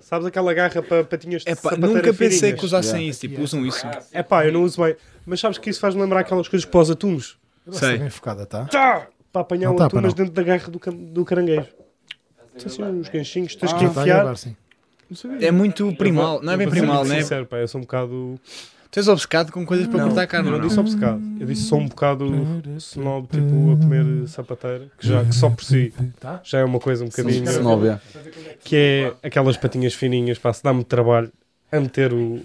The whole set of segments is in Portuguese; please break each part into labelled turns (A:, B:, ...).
A: Sabes aquela garra para patinhas de
B: Epá,
A: sapateira
B: nunca pensei
A: fininhas?
B: que usassem isso. Tipo, usam isso.
A: É pá, eu não uso bem. Mas sabes que isso faz-me lembrar aquelas coisas para os atunes.
B: Sei.
C: bem focada, tá?
A: Tá! Para apanhar
C: Não
A: um
C: tá,
A: atum,
C: pá,
A: mas
C: não.
A: dentro da garra do, cam- do caranguejo. Tem assim uns ganchinhos, tens que
C: Está a
A: enfiar.
C: gravar, tá sim.
B: É muito primal. Não é bem
A: Vou ser
B: primal,
A: muito
B: né?
A: Sincero, pá, eu sou um bocado.
B: Tu és obcecado com coisas para cortar carne,
A: Eu
B: não?
A: não disse obcecado. Eu disse só um bocado snob, tipo, a comer sapateira, que, já, que só por si já é uma coisa um bocadinho.
D: Snob, é.
A: Que é aquelas patinhas fininhas, pá, se dá-me trabalho a meter o.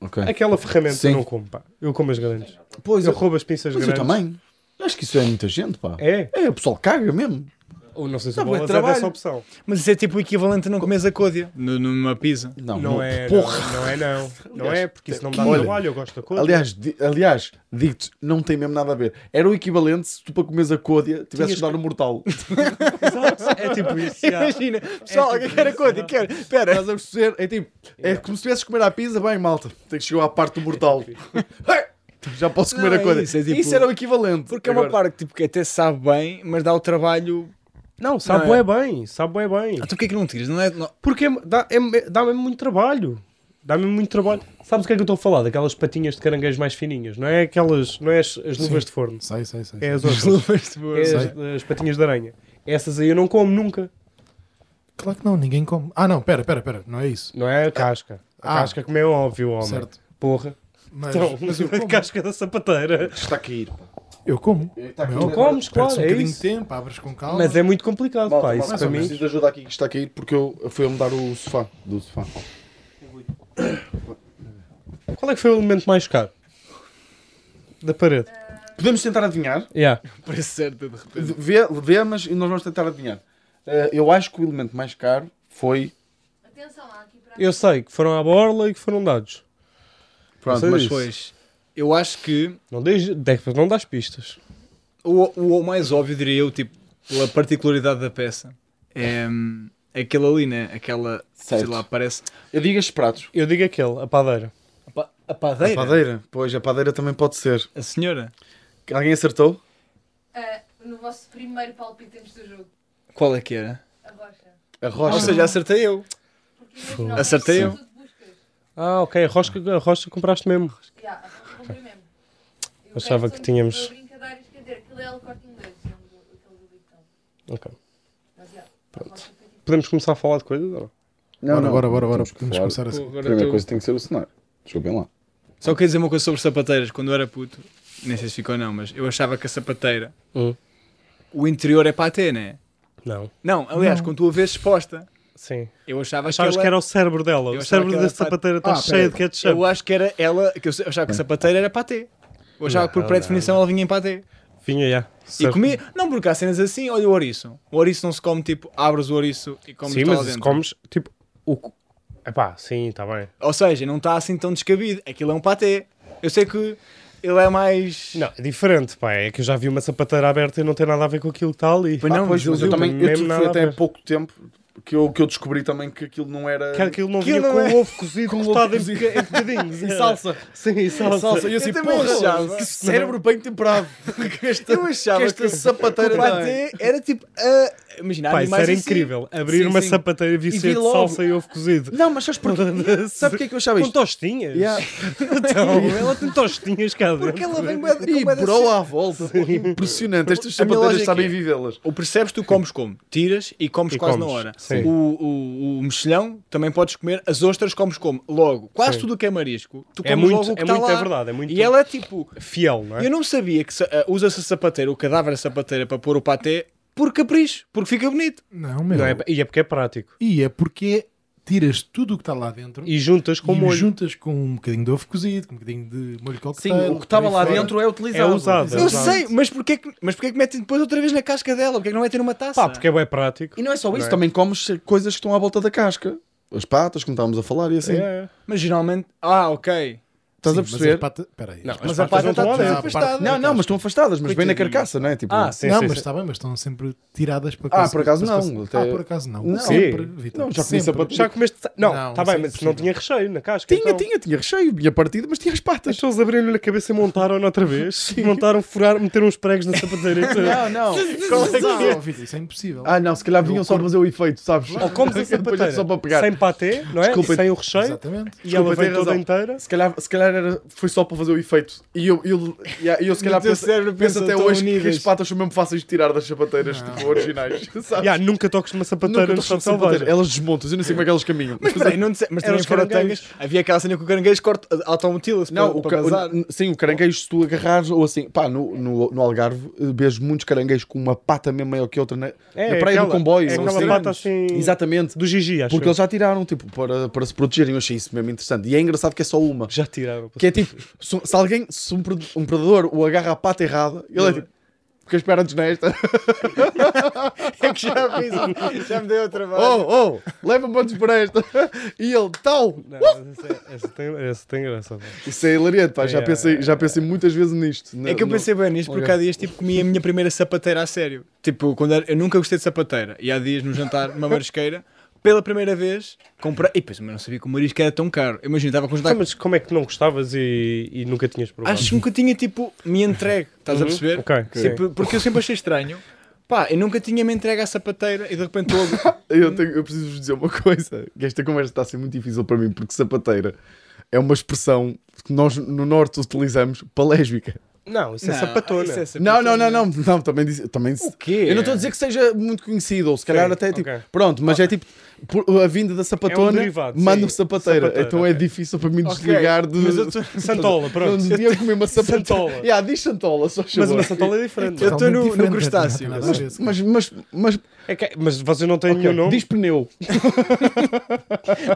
D: Ok.
A: Aquela ferramenta
D: Sim.
A: eu não como, pá. Eu como as grandes.
D: Pois
A: eu
D: eu,
A: roubo as pinças
D: mas eu
A: grandes.
D: também. Eu acho que isso é muita gente, pá.
A: É?
D: É, o pessoal caga mesmo.
A: Ou não sei se
D: Não,
A: o
D: mas
A: Bolas é
D: trabalho.
A: dessa opção.
B: Mas isso é tipo o equivalente a não comeres a côdea no- numa pizza.
D: Não,
A: Não
D: não.
A: é,
D: Porra.
A: não, não é não. Não é, porque isso não me dá
D: Olha,
A: trabalho, eu gosto da coisa.
D: Aliás, di- aliás digo-te, não tem mesmo nada a ver. Era o equivalente se tu para comeres a côdea
A: Tinhas
D: tivesses de dar o mortal.
A: é tipo isso.
B: Imagina, pessoal,
D: é
B: alguém quer a côdea, quer. Espera.
D: Estás a perceber? É tipo, é como se tivesses comer à pizza, bem malta. Tem que chegar à parte do mortal. Já posso comer
B: Não,
D: a
B: é
D: côdea.
B: isso,
D: Isso,
B: é tipo-
D: era o equivalente.
B: Porque é uma
D: Agora-
B: parte tipo, que até sabe bem, mas dá o trabalho.
A: Não, sabe
B: Não é?
A: é bem, sabe é bem.
B: Ah, tu porquê que não tiras? Não é, não-
A: Porque é- dá- é- dá-me muito trabalho. Dá-me muito trabalho. Sabes o que é que eu estou a falar? Daquelas patinhas de caranguejo mais fininhas. Não é aquelas, não é as, as luvas de forno.
C: Sei, sei, sei.
A: É as
B: As
A: outras.
B: luvas de boa.
A: É as, as patinhas de aranha. Essas aí eu não como nunca.
C: Claro que não, ninguém come. Ah, não, pera, pera, pera, não é isso.
A: Não é a casca. A
C: Ah.
A: casca como é óbvio, homem.
C: Certo.
A: Porra.
C: Mas,
A: Então,
C: mas eu como.
A: a casca da sapateira.
D: Está a cair. pá.
C: Eu como.
D: Está a
C: Não,
D: cair.
C: não
D: Malta,
A: comes, claro,
C: Perdes um
A: é
C: bocadinho
A: isso.
C: de tempo, abres com calma.
A: Mas é muito complicado,
D: malta,
A: pá.
D: malta,
A: Isso para
D: eu
A: mim.
D: Preciso de ajuda aqui que está a cair porque eu eu fui a mudar o sofá. Do sofá.
A: Qual é que foi o elemento mais caro? Da parede.
D: Podemos tentar adivinhar.
A: Yeah.
B: Parece certo de repente.
D: Vê, vê, mas nós vamos tentar adivinhar. Eh, eu acho que o elemento mais caro foi.
E: Atenção, há aqui para
A: Eu sei que foram à borla e que foram dados.
D: Pronto,
A: sei
D: mas
A: disso.
D: foi.
B: Pois, eu acho que
A: Não, deixe, de- não das pistas.
B: o, o, o mais óbvio, diria eu, tipo, pela particularidade da peça, é hum, aquela ali, né? Aquela, sei
D: Certo.
B: lá, parece.
D: Eu digo estes pratos.
A: Eu digo aquele, a padeira.
B: A, pa- a padeira? A,
D: padeira? Pois, a padeira também pode ser.
B: senhora?
D: Alguém acertou?
E: Ah, no vosso primeiro palpite antes do jogo.
B: Qual é que era?
E: A rocha.
D: A
B: Ah, Ou
D: rocha.
B: seja, acertei eu.
E: Porque imaginava
B: Acertei
E: que
B: eu.
E: tu buscas.
A: Ah, ok, a rosca, a rosca compraste mesmo.
E: Já, a rocha comprei mesmo. E o
A: Achava
E: resto
A: que
E: são
A: tínhamos-
E: tipo Brincadeiras, quer dizer, aquilo é o corte inglês, o nome do- aquele do Victão.
A: Ok.
E: Mas já, a rocha foi tipo-
A: Podemos começar a falar de coisas? ou não?
D: Não, não.
C: Bora, bora, bora, bora.
D: Temos que
C: Podemos
D: falar.
C: começar assim.
D: A primeira coisa tem que ser o cenário. Desculpem lá.
B: Só queria dizer uma coisa sobre sapateiras. Quando eu era puto, nem sei se ficou ou não, mas eu achava que a sapateira,
A: Hum.
B: o interior é patê, né?
A: Não.
B: Não, aliás, quando tu a vês exposta,
A: Sim.
B: eu achava
A: Achavas
B: que, ela...
A: que era o cérebro dela.
B: Eu
A: O
B: achava
A: cérebro
B: que
A: da
B: era
A: sapateira está
D: Ah,
A: cheio
D: pera.
A: de ketchup.
B: Eu acho que era ela, que eu eu achava que a sapateira era patê. Eu achava que por
A: Não,
B: pré-definição ela vinha em patê.
A: Vinha já.
B: E
A: Certo.
B: comia, não, porque há cenas assim, olha o ouriço. O ouriço não se come tipo, abres o ouriço e comes
A: Sim,
B: tudo lá
A: mas se
B: dentro.
A: comes, tipo, o... cu- Epá, sim, está bem.
B: Ou seja, não está assim tão descabido. Aquilo é um patê. Eu sei que ele é mais.
A: Não, é diferente, pá. É que eu já vi uma sapateira aberta e não tem nada a ver com aquilo que está ali.
B: Pois não,
D: Ah, pois, mas eu
A: não
D: também.
A: tem
D: Eu
A: mesmo
D: tive-
A: nada
D: foi
A: a
D: até há
A: ver.
D: pouco tempo que eu, que eu descobri também que aquilo não era.
A: Que aquilo não
B: Aquilo
A: vinha com
B: não é-
A: o ovo cozido
D: com o ovo
A: cortado em
D: cozido.
A: boca- em bocadinhos.
D: E
A: era.
D: salsa.
A: Sim, e salsa.
D: Salsa. E eu assim,
B: também achava.
D: porra, que cérebro bem temperado. Que esta,
B: Eu achava
D: que esta
B: que-
D: sapateira
B: O
D: dá,
B: patê era tipo. ah, Imagina,
A: é? Pá, isso
B: animais
A: era
B: assim.
A: incrível. Abrir
B: Sim,
A: uma
B: sim.
A: sapateira e vir
D: vi
A: cheio de
D: logo.
A: salsa e ovo cozido.
D: Não, mas sabes porquê? Sabe porquê que eu achava
A: Com
D: isto?
A: tostinhas?
D: Yeah.
A: Então, ela tem tostinhas cá dentro.
B: Porque ela vem bué de-
D: E
B: com bué de assim.
D: brou à volta. Impressionante. Estas
B: A minha
D: sapateiras
B: lógica
D: sabem
B: é-
D: vivê-las.
B: O percebes, tu comes como? Tiras e comes
A: E
B: quase
A: comes,
B: na hora.
A: sim.
B: O, o, o mexilhão também podes comer, as ostras comes como? Logo, quase
A: Sim.
B: tudo o que é marisco, tu
A: É
B: comes
A: muito-
B: logo o que
A: é
B: tá
A: muito-
B: lá.
A: é verdade, é muito-
B: E ela é tipo,
A: Fiel, não é?
B: eu não sabia que se- ah, usa-se a sapateira, o cadáver da sapateira para pôr o paté por capricho, porque fica bonito.
C: Não, meu.
A: Não é- E é porque é prático.
C: E é porque tiras tudo o que está lá dentro e,
A: E juntas com
C: o
A: molho.
C: juntas com um bocadinho de ovo cozido, com um bocadinho de molho
D: Sim,
C: coquetel.
D: o que estava lá
C: por aí
D: dentro é utilizado.
A: É usado.
B: Eu
A: Exato.
B: sei, mas porquê, é que, mas porquê é que metem depois outra vez na casca dela? Porquê é que não metem numa taça?
A: Pá, porque é bem prático.
D: E não é só isso,
A: Não é?
D: também comes coisas que estão à volta da casca. As patas, como estávamos a falar, e assim.
A: É, é.
B: Mas geralmente, ah, ok.
D: Estás a
C: Sim, mas
D: perceber?
C: pata- Espera aí.
A: Não,
C: As-
A: as
D: Mas a pata tá
A: patas não
D: está
A: estão lá
D: toda
A: dentro.
D: afastada. Não, não, mas estão afastadas, mas bem na carcaça, não é? Tipo,
A: Ah, sim,
C: não,
A: sim,
C: mas
A: sim.
C: está bem, mas estão sempre tiradas para
D: Ah, por acaso
C: para-
D: não,
C: para-
D: até-
C: Ah, por acaso não.
D: Não.
C: Sempre, Vitor.
D: Não, já comi
C: sempre.
D: sapato-
A: Já comeste. Não,
C: Não,
A: está
C: isso
A: bem,
C: é
A: mas não tinha recheio na casca.
D: Tinha,
A: então.
D: tinha, tinha recheio, tinha partido, mas tinha as patas.
A: As pessoas abriram-lhe a cabeça e montaram-na outra vez. Montaram, furaram, meteram uns pregos na sapateira.
D: Não, não. Qual é que é?
C: Não, Vitor, isso é impossível.
D: Ah, não, se calhar vinham só para fazer o efeito, sabes? é
A: Ou comes a sapateira
D: Só para pegar.
A: sem patê, não é?
D: Desculpa,
A: E sem o recheio.
C: Exatamente.
A: E ela
D: Desculpa,
A: vem
D: tem
A: toda
D: razão.
A: inteira.
D: Se calhar, se calhar era- foi só para fazer o efeito. E eu, eu, e eu, se calhar
B: teu
D: penso,
B: cérebro
D: penso
B: pensa,
D: até
B: estão
D: hoje que
B: unidas.
D: as patas são mesmo fáceis de tirar das sapateiras tipo, originais. Sabes?
A: Ya, nunca toques numa sapateira
D: Nunca
A: no
D: toques numa
A: chão
D: sapateira.
A: selvagem.
D: Elas desmontam, eu não sei como é que elas caminham.
B: Mas peraí, não disse, mas
A: Eram
B: também
A: os
B: fora
A: caranguejos.
B: tangas. Havia aquela cena que o caranguejo corta, uh, automutila-se
D: Não,
B: para,
D: o,
B: para
D: ca-
B: bazar.
D: o- sim, o caranguejo, se tu agarrares, ou assim, pá, no, no, no Algarve, eh, vejo muitos caranguejos com uma pata mesmo maior que outra na,
A: É,
D: na praia
A: aquela-
D: do comboio.
A: é
D: não
A: aquela
D: sei.
A: pata assim-
D: Exatamente.
A: Do Gigi, acho.
D: Porque
A: eu.
D: eles já tiraram, tipo, para, para se protegerem. Eu achei isso mesmo interessante. E é engraçado que é só uma.
A: já tiraram.
D: Que é tipo, se, se alguém, se um, pred- um predador o agarra a pata errada, ele é tipo, porque espera antes nesta.
B: É que já fiz, já me deu o trabalho.
D: Oh, oh, leva-me antes por esta. E ele, tal.
A: Não, mas essa, é, essa tem, essa tem graça. pá.
D: Isso é hilariante, pá. Já
A: É,
D: pensei,
A: é,
D: já pensei muitas vezes nisto.
B: É que eu
D: No-
B: pensei bem nisto porque
D: Ok.
B: há dias tipo, comi a minha primeira sapateira a sério. Tipo, quando era- eu nunca gostei de sapateira. E há dias no jantar, numa marisqueira, pela primeira vez, comprei. E depois, mas não sabia que o marisco era tão caro. Imagina, estava com um jantar.
A: Então, mas como é que não gostavas e, e nunca tinhas provado?
B: Acho que nunca tinha tipo me entregue, estás a
A: Uhum.
B: perceber?
A: Ok, ok.
B: Tipo, porque eu sempre achei estranho. Pá, eu nunca tinha me entregue à sapateira e de repente logo.
D: Eu,
A: Uhum.
D: tenho, eu preciso vos dizer uma coisa: que esta conversa está a ser muito difícil para mim, porque sapateira é uma expressão que nós no Norte utilizamos para lésbica.
A: Não, isso é
B: Não,
A: sapatona.
B: isso é
D: Não, não, não,
B: sapatona.
D: não, não, também disse. Também disse-
B: O quê?
D: Eu não estou a dizer que seja muito conhecido, ou se calhar
A: Sim,
D: até tipo.
A: ok.
D: Pronto, mas é tipo. por- a vinda da
A: É um
D: sapatona
A: derivado,
D: manda o
A: sim.
D: sapateira.
A: Sapateira,
D: Então é
A: ok.
D: difícil para mim
B: Ok,
D: desligar de.
B: Mas eu tô-
A: Santola,
D: é Não
A: pronto.
D: devia comer uma sapateira.
A: Santola.
D: Yeah, diz santola, só
A: Mas uma
D: favor.
A: santola é diferente.
B: Eu-
A: não?
B: tô no-
C: Totalmente
B: no
C: diferente,
B: crustáceo.
C: não tem nada a ver, se calhar.
D: Mas, mas, mas,
A: É que- mas vocês não têm
D: ok,
A: nenhum nome?
D: diz pneu.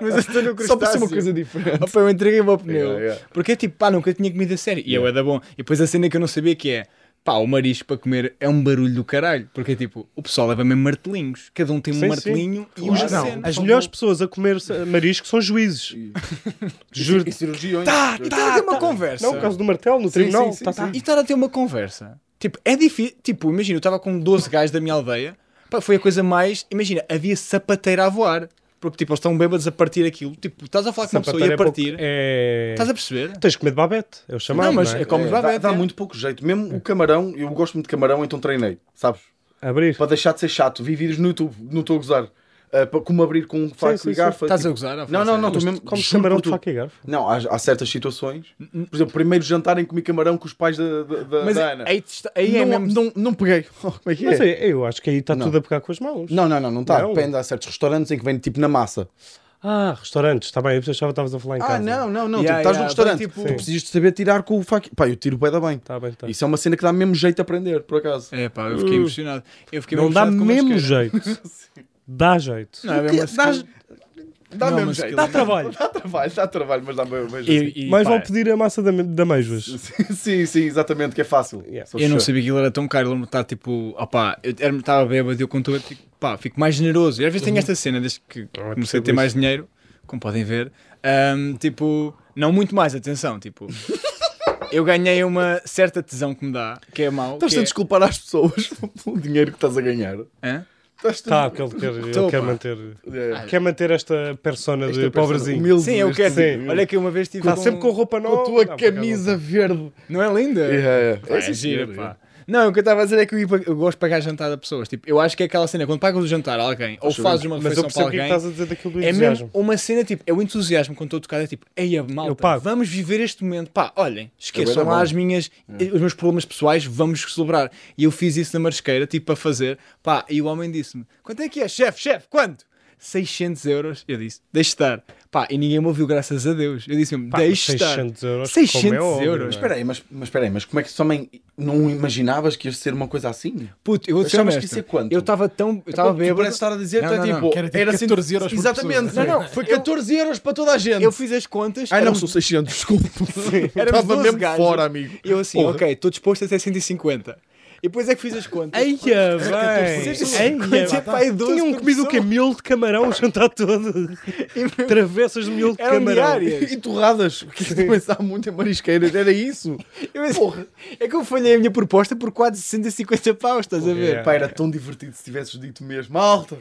B: mas eu estou
A: Um
B: no
D: Só para ser uma
B: crustáceo.
D: coisa diferente.
B: Opa, eu entreguei o meu pneu.
D: Yeah, yeah.
B: Porque é tipo, pá, nunca tinha comido a sério. E eu era bom. E depois a cena que eu não sabia que é, pá, o marisco para comer é um barulho do caralho. Porque é tipo, o pessoal leva mesmo martelinhos. Cada um tem um
A: Sim, sim.
B: martelinho e
C: Os-
B: uma
C: não,
B: cena.
A: As
C: São
A: melhores
C: bom.
A: pessoas a comer sa- marisco são juízes. Juro.
D: E cirurgiões.
B: Tá, tá, tá, uma conversa.
A: Não, por causa do martelo no tribunal. tá, tá.
B: E estar a ter uma conversa. Tipo, é difícil. Tipo, imagina, eu estava com 12 gajos da minha aldeia. Pá, foi a coisa mais. Imagina, havia sapateira a voar. Porque, tipo, eles estão bêbados a partir aquilo. Tipo, estás a falar com uma pessoa e a
A: Sapateiro é pouco-
B: partir.
A: É...
B: Estás a perceber?
A: Tens que comer de babete. É o chamado.
B: não, mas
A: é?
B: é como
D: dá,
B: vai
D: dá muito pouco jeito. Mesmo o camarão, eu gosto muito de camarão, então treinei, sabes?
A: Abrir.
D: Para deixar de ser chato. Vi vídeos no YouTube, não estou a gozar. Ah, para- como abrir com um faco
A: sim,
D: e
A: sim.
D: garfo.
B: Estás a
D: tipo-
B: gozar? a falar
D: Não, não,
B: sério?
D: não, estou
A: Mas
D: mesmo.
A: Comes
D: juro
A: camarão
D: por
A: de
D: tudo.
A: faca e garfo.
D: Não, há, há certas situações. Por exemplo, primeiro jantar em que comi camarão com os pais da, da, da-
B: Mas
D: da Ana.
B: aí, te está- aí é
D: não,
B: mesmo.
D: não, não peguei. como é que é?
A: Mas é- eu acho que aí está
D: Não.
A: tudo a pegar com as mãos.
D: Não, não, não, não está.
A: Não.
D: Depende, há certos restaurantes em que vem tipo na massa.
A: Ah, restaurantes. Está bem, eu achava que estavas a falar em casa.
D: Ah, não, não, não.
B: Yeah,
D: tipo, estás
B: yeah,
D: num restaurante.
B: bem, tipo-
D: Tu precisas de saber tirar com o faco. Pá, eu tiro bem da bem.
A: Está Tá bem, está.
D: Isso é uma cena que dá mesmo jeito a aprender, por acaso.
B: É pá, eu fiquei impressionado. Eu fiquei
A: Não dá
B: impressionado com a
A: mesmo
B: masqueira.
A: jeito. Dá jeito.
B: Não, é mesmo assim.
D: Dá- Dá
B: Não,
D: mesmo
B: mas
D: jeito.
A: Dá trabalho.
D: Dá trabalho, dá trabalho, mas dá bem. bem jeito.
B: E- e,
A: Mais
B: pá,
A: vão pedir a massa da, da Meijoas.
D: Sim, sim, sim, exatamente, que é fácil.
A: Yeah.
D: Sou
B: Eu não
D: sure.
B: sabia que aquilo era tão caro. Eu lembro de estar tipo, opá, eu era- estava bêbado e eu conto, tipo, pá, fico mais generoso. E às vezes tenho esta cena, desde que
A: Ah,
B: comecei a
A: percebo
B: ter mais dinheiro, como podem ver, ahm, tipo, não muito mais, atenção, tipo, eu ganhei uma certa tesão que me dá, que é mau.
D: Estás-te
B: que
D: a
B: é-
D: desculpar às pessoas pelo dinheiro que estás a ganhar.
B: Hã?
D: Estás-te
A: Tá, porque ele quer, ele
B: Tô,
A: quer
B: pá.
A: manter.
D: Yeah.
A: Quer manter esta persona
D: Ah, Esta
A: de
D: pessoa
A: pobrezinho.
D: humilde,
B: Sim, eu
D: este-
B: quero. tipo,
A: Sim.
B: Olha que eu uma vez tive. um
A: Está sempre com roupa
D: Com
A: nova.
D: a tua
A: Não,
D: camisa verde.
B: Não é linda?
D: Yeah,
B: Pá,
D: yeah.
B: é
D: Sim,
B: gira,
D: senhor,
B: pá. Não, o que eu estava a dizer é que eu, ia pa- eu gosto de pagar jantar a pessoas. Tipo, eu acho que é aquela cena, quando pagas o jantar a alguém ou fazes uma
A: Mas eu
B: refeição para
A: percebo o que é
B: alguém,
A: que estás a dizer daquilo do
B: é mesmo
A: entusiasmo.
B: uma cena, tipo, é o entusiasmo quando estou a tocar, é tipo, ei, a malta,
A: Eu pago.
B: vamos viver este momento. Pá,
A: É
B: olhem,
D: bué
B: esqueçam
D: da
B: lá
D: bom.
B: as minhas, eh, os meus problemas pessoais, vamos celebrar. E eu fiz isso na marisqueira, tipo, a fazer, pá, e o homem disse-me, quanto é que é, chefe, chefe, quanto? 600 euros, eu disse, deixe estar. Pá, e ninguém me ouviu, graças a Deus. Eu disse mesmo,
A: Pá,
B: deixe estar.
A: 600 euros,
B: 600
A: como é óbvio,
B: euros.
A: não é?
D: Espera aí, mas, mas espera aí, mas como é que também não imaginavas que ia ser uma coisa assim?
B: Puto, eu vou te ser
D: Achavas que
B: honesto.
D: isso é quanto?
B: Eu estava tão. Eu estava
D: Pô, tu
B: bêbado.
D: parece estar a dizer,
B: Não,
D: tu é
B: não, não.
D: tipo,
C: Que era tipo
D: era
C: 14 euros por
D: Exatamente.
C: pessoa.
D: Não, não, foi 14 euros para toda a gente.
B: Eu fiz as contas.
D: Ai não,
B: éramos-
D: são 600, desculpa.
B: éramos
D: Estava
B: 12
D: mesmo
B: gajos.
D: fora, amigo.
B: E eu assim,
D: Porra.
B: ok, estou disposto até 150. E depois é que fiz as contas.
A: Eia,
B: Ei,
A: bem! Eia, bem.
B: pai, 12
A: Tinham
B: por
A: comido o quê?
B: pessoa.
A: Miolo de camarão o jantar todo. Travessas de miolo de
B: Eram
A: camarão.
B: diárias.
D: E torradas,
A: é
D: que se pensava muito em marisqueiras, era isso.
B: Eu pensei- É que eu falhei a minha proposta por quase 150 paus, estás a ver?
A: Yeah.
D: Pá, era tão divertido se tivesses dito mesmo, malta.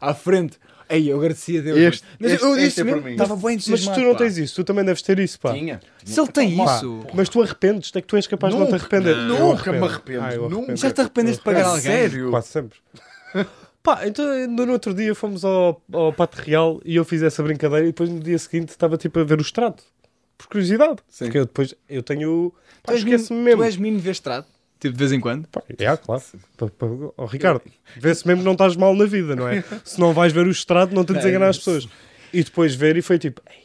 B: À frente. Ei, eu agradecia a Deus.
D: Este-
B: mano. mas
D: este-
B: eu
D: este
B: disse
D: é para
B: mesmo,
D: mim.
B: estava bem
A: Mas
B: entusiasmado.
A: tu não
B: pá.
A: tens isso, tu também deves ter isso, pá.
D: Tinha.
B: Se ele tem
A: Pá,
B: isso,
A: Mas tu arrependes, é que tu és capaz de não te
D: Nunca,
A: arrepender.
D: nunca
A: Eu
D: me arrependo,
A: Ah, eu
D: nunca.
A: arrependo.
B: já te arrependes de pagar alguém?
D: Sério?
A: Quase sempre. Pá, então no no outro dia fomos ao, ao Pato Real e eu fiz essa brincadeira e depois no dia seguinte estava tipo a ver o extrato. Por curiosidade.
D: Sim.
A: Porque eu depois eu tenho.
B: Tu
A: Pá,
B: és
A: esquece-me
B: menino-
A: mesmo.
B: Tu és menino vestrado, tipo de vez em quando.
A: Pá, é, claro. Pá, pá, ó, Ricardo, vê-se mesmo que não estás mal na vida, não é? Se não vais ver o extrato, não tentes enganar as pessoas. E depois ver e foi tipo, "Ei,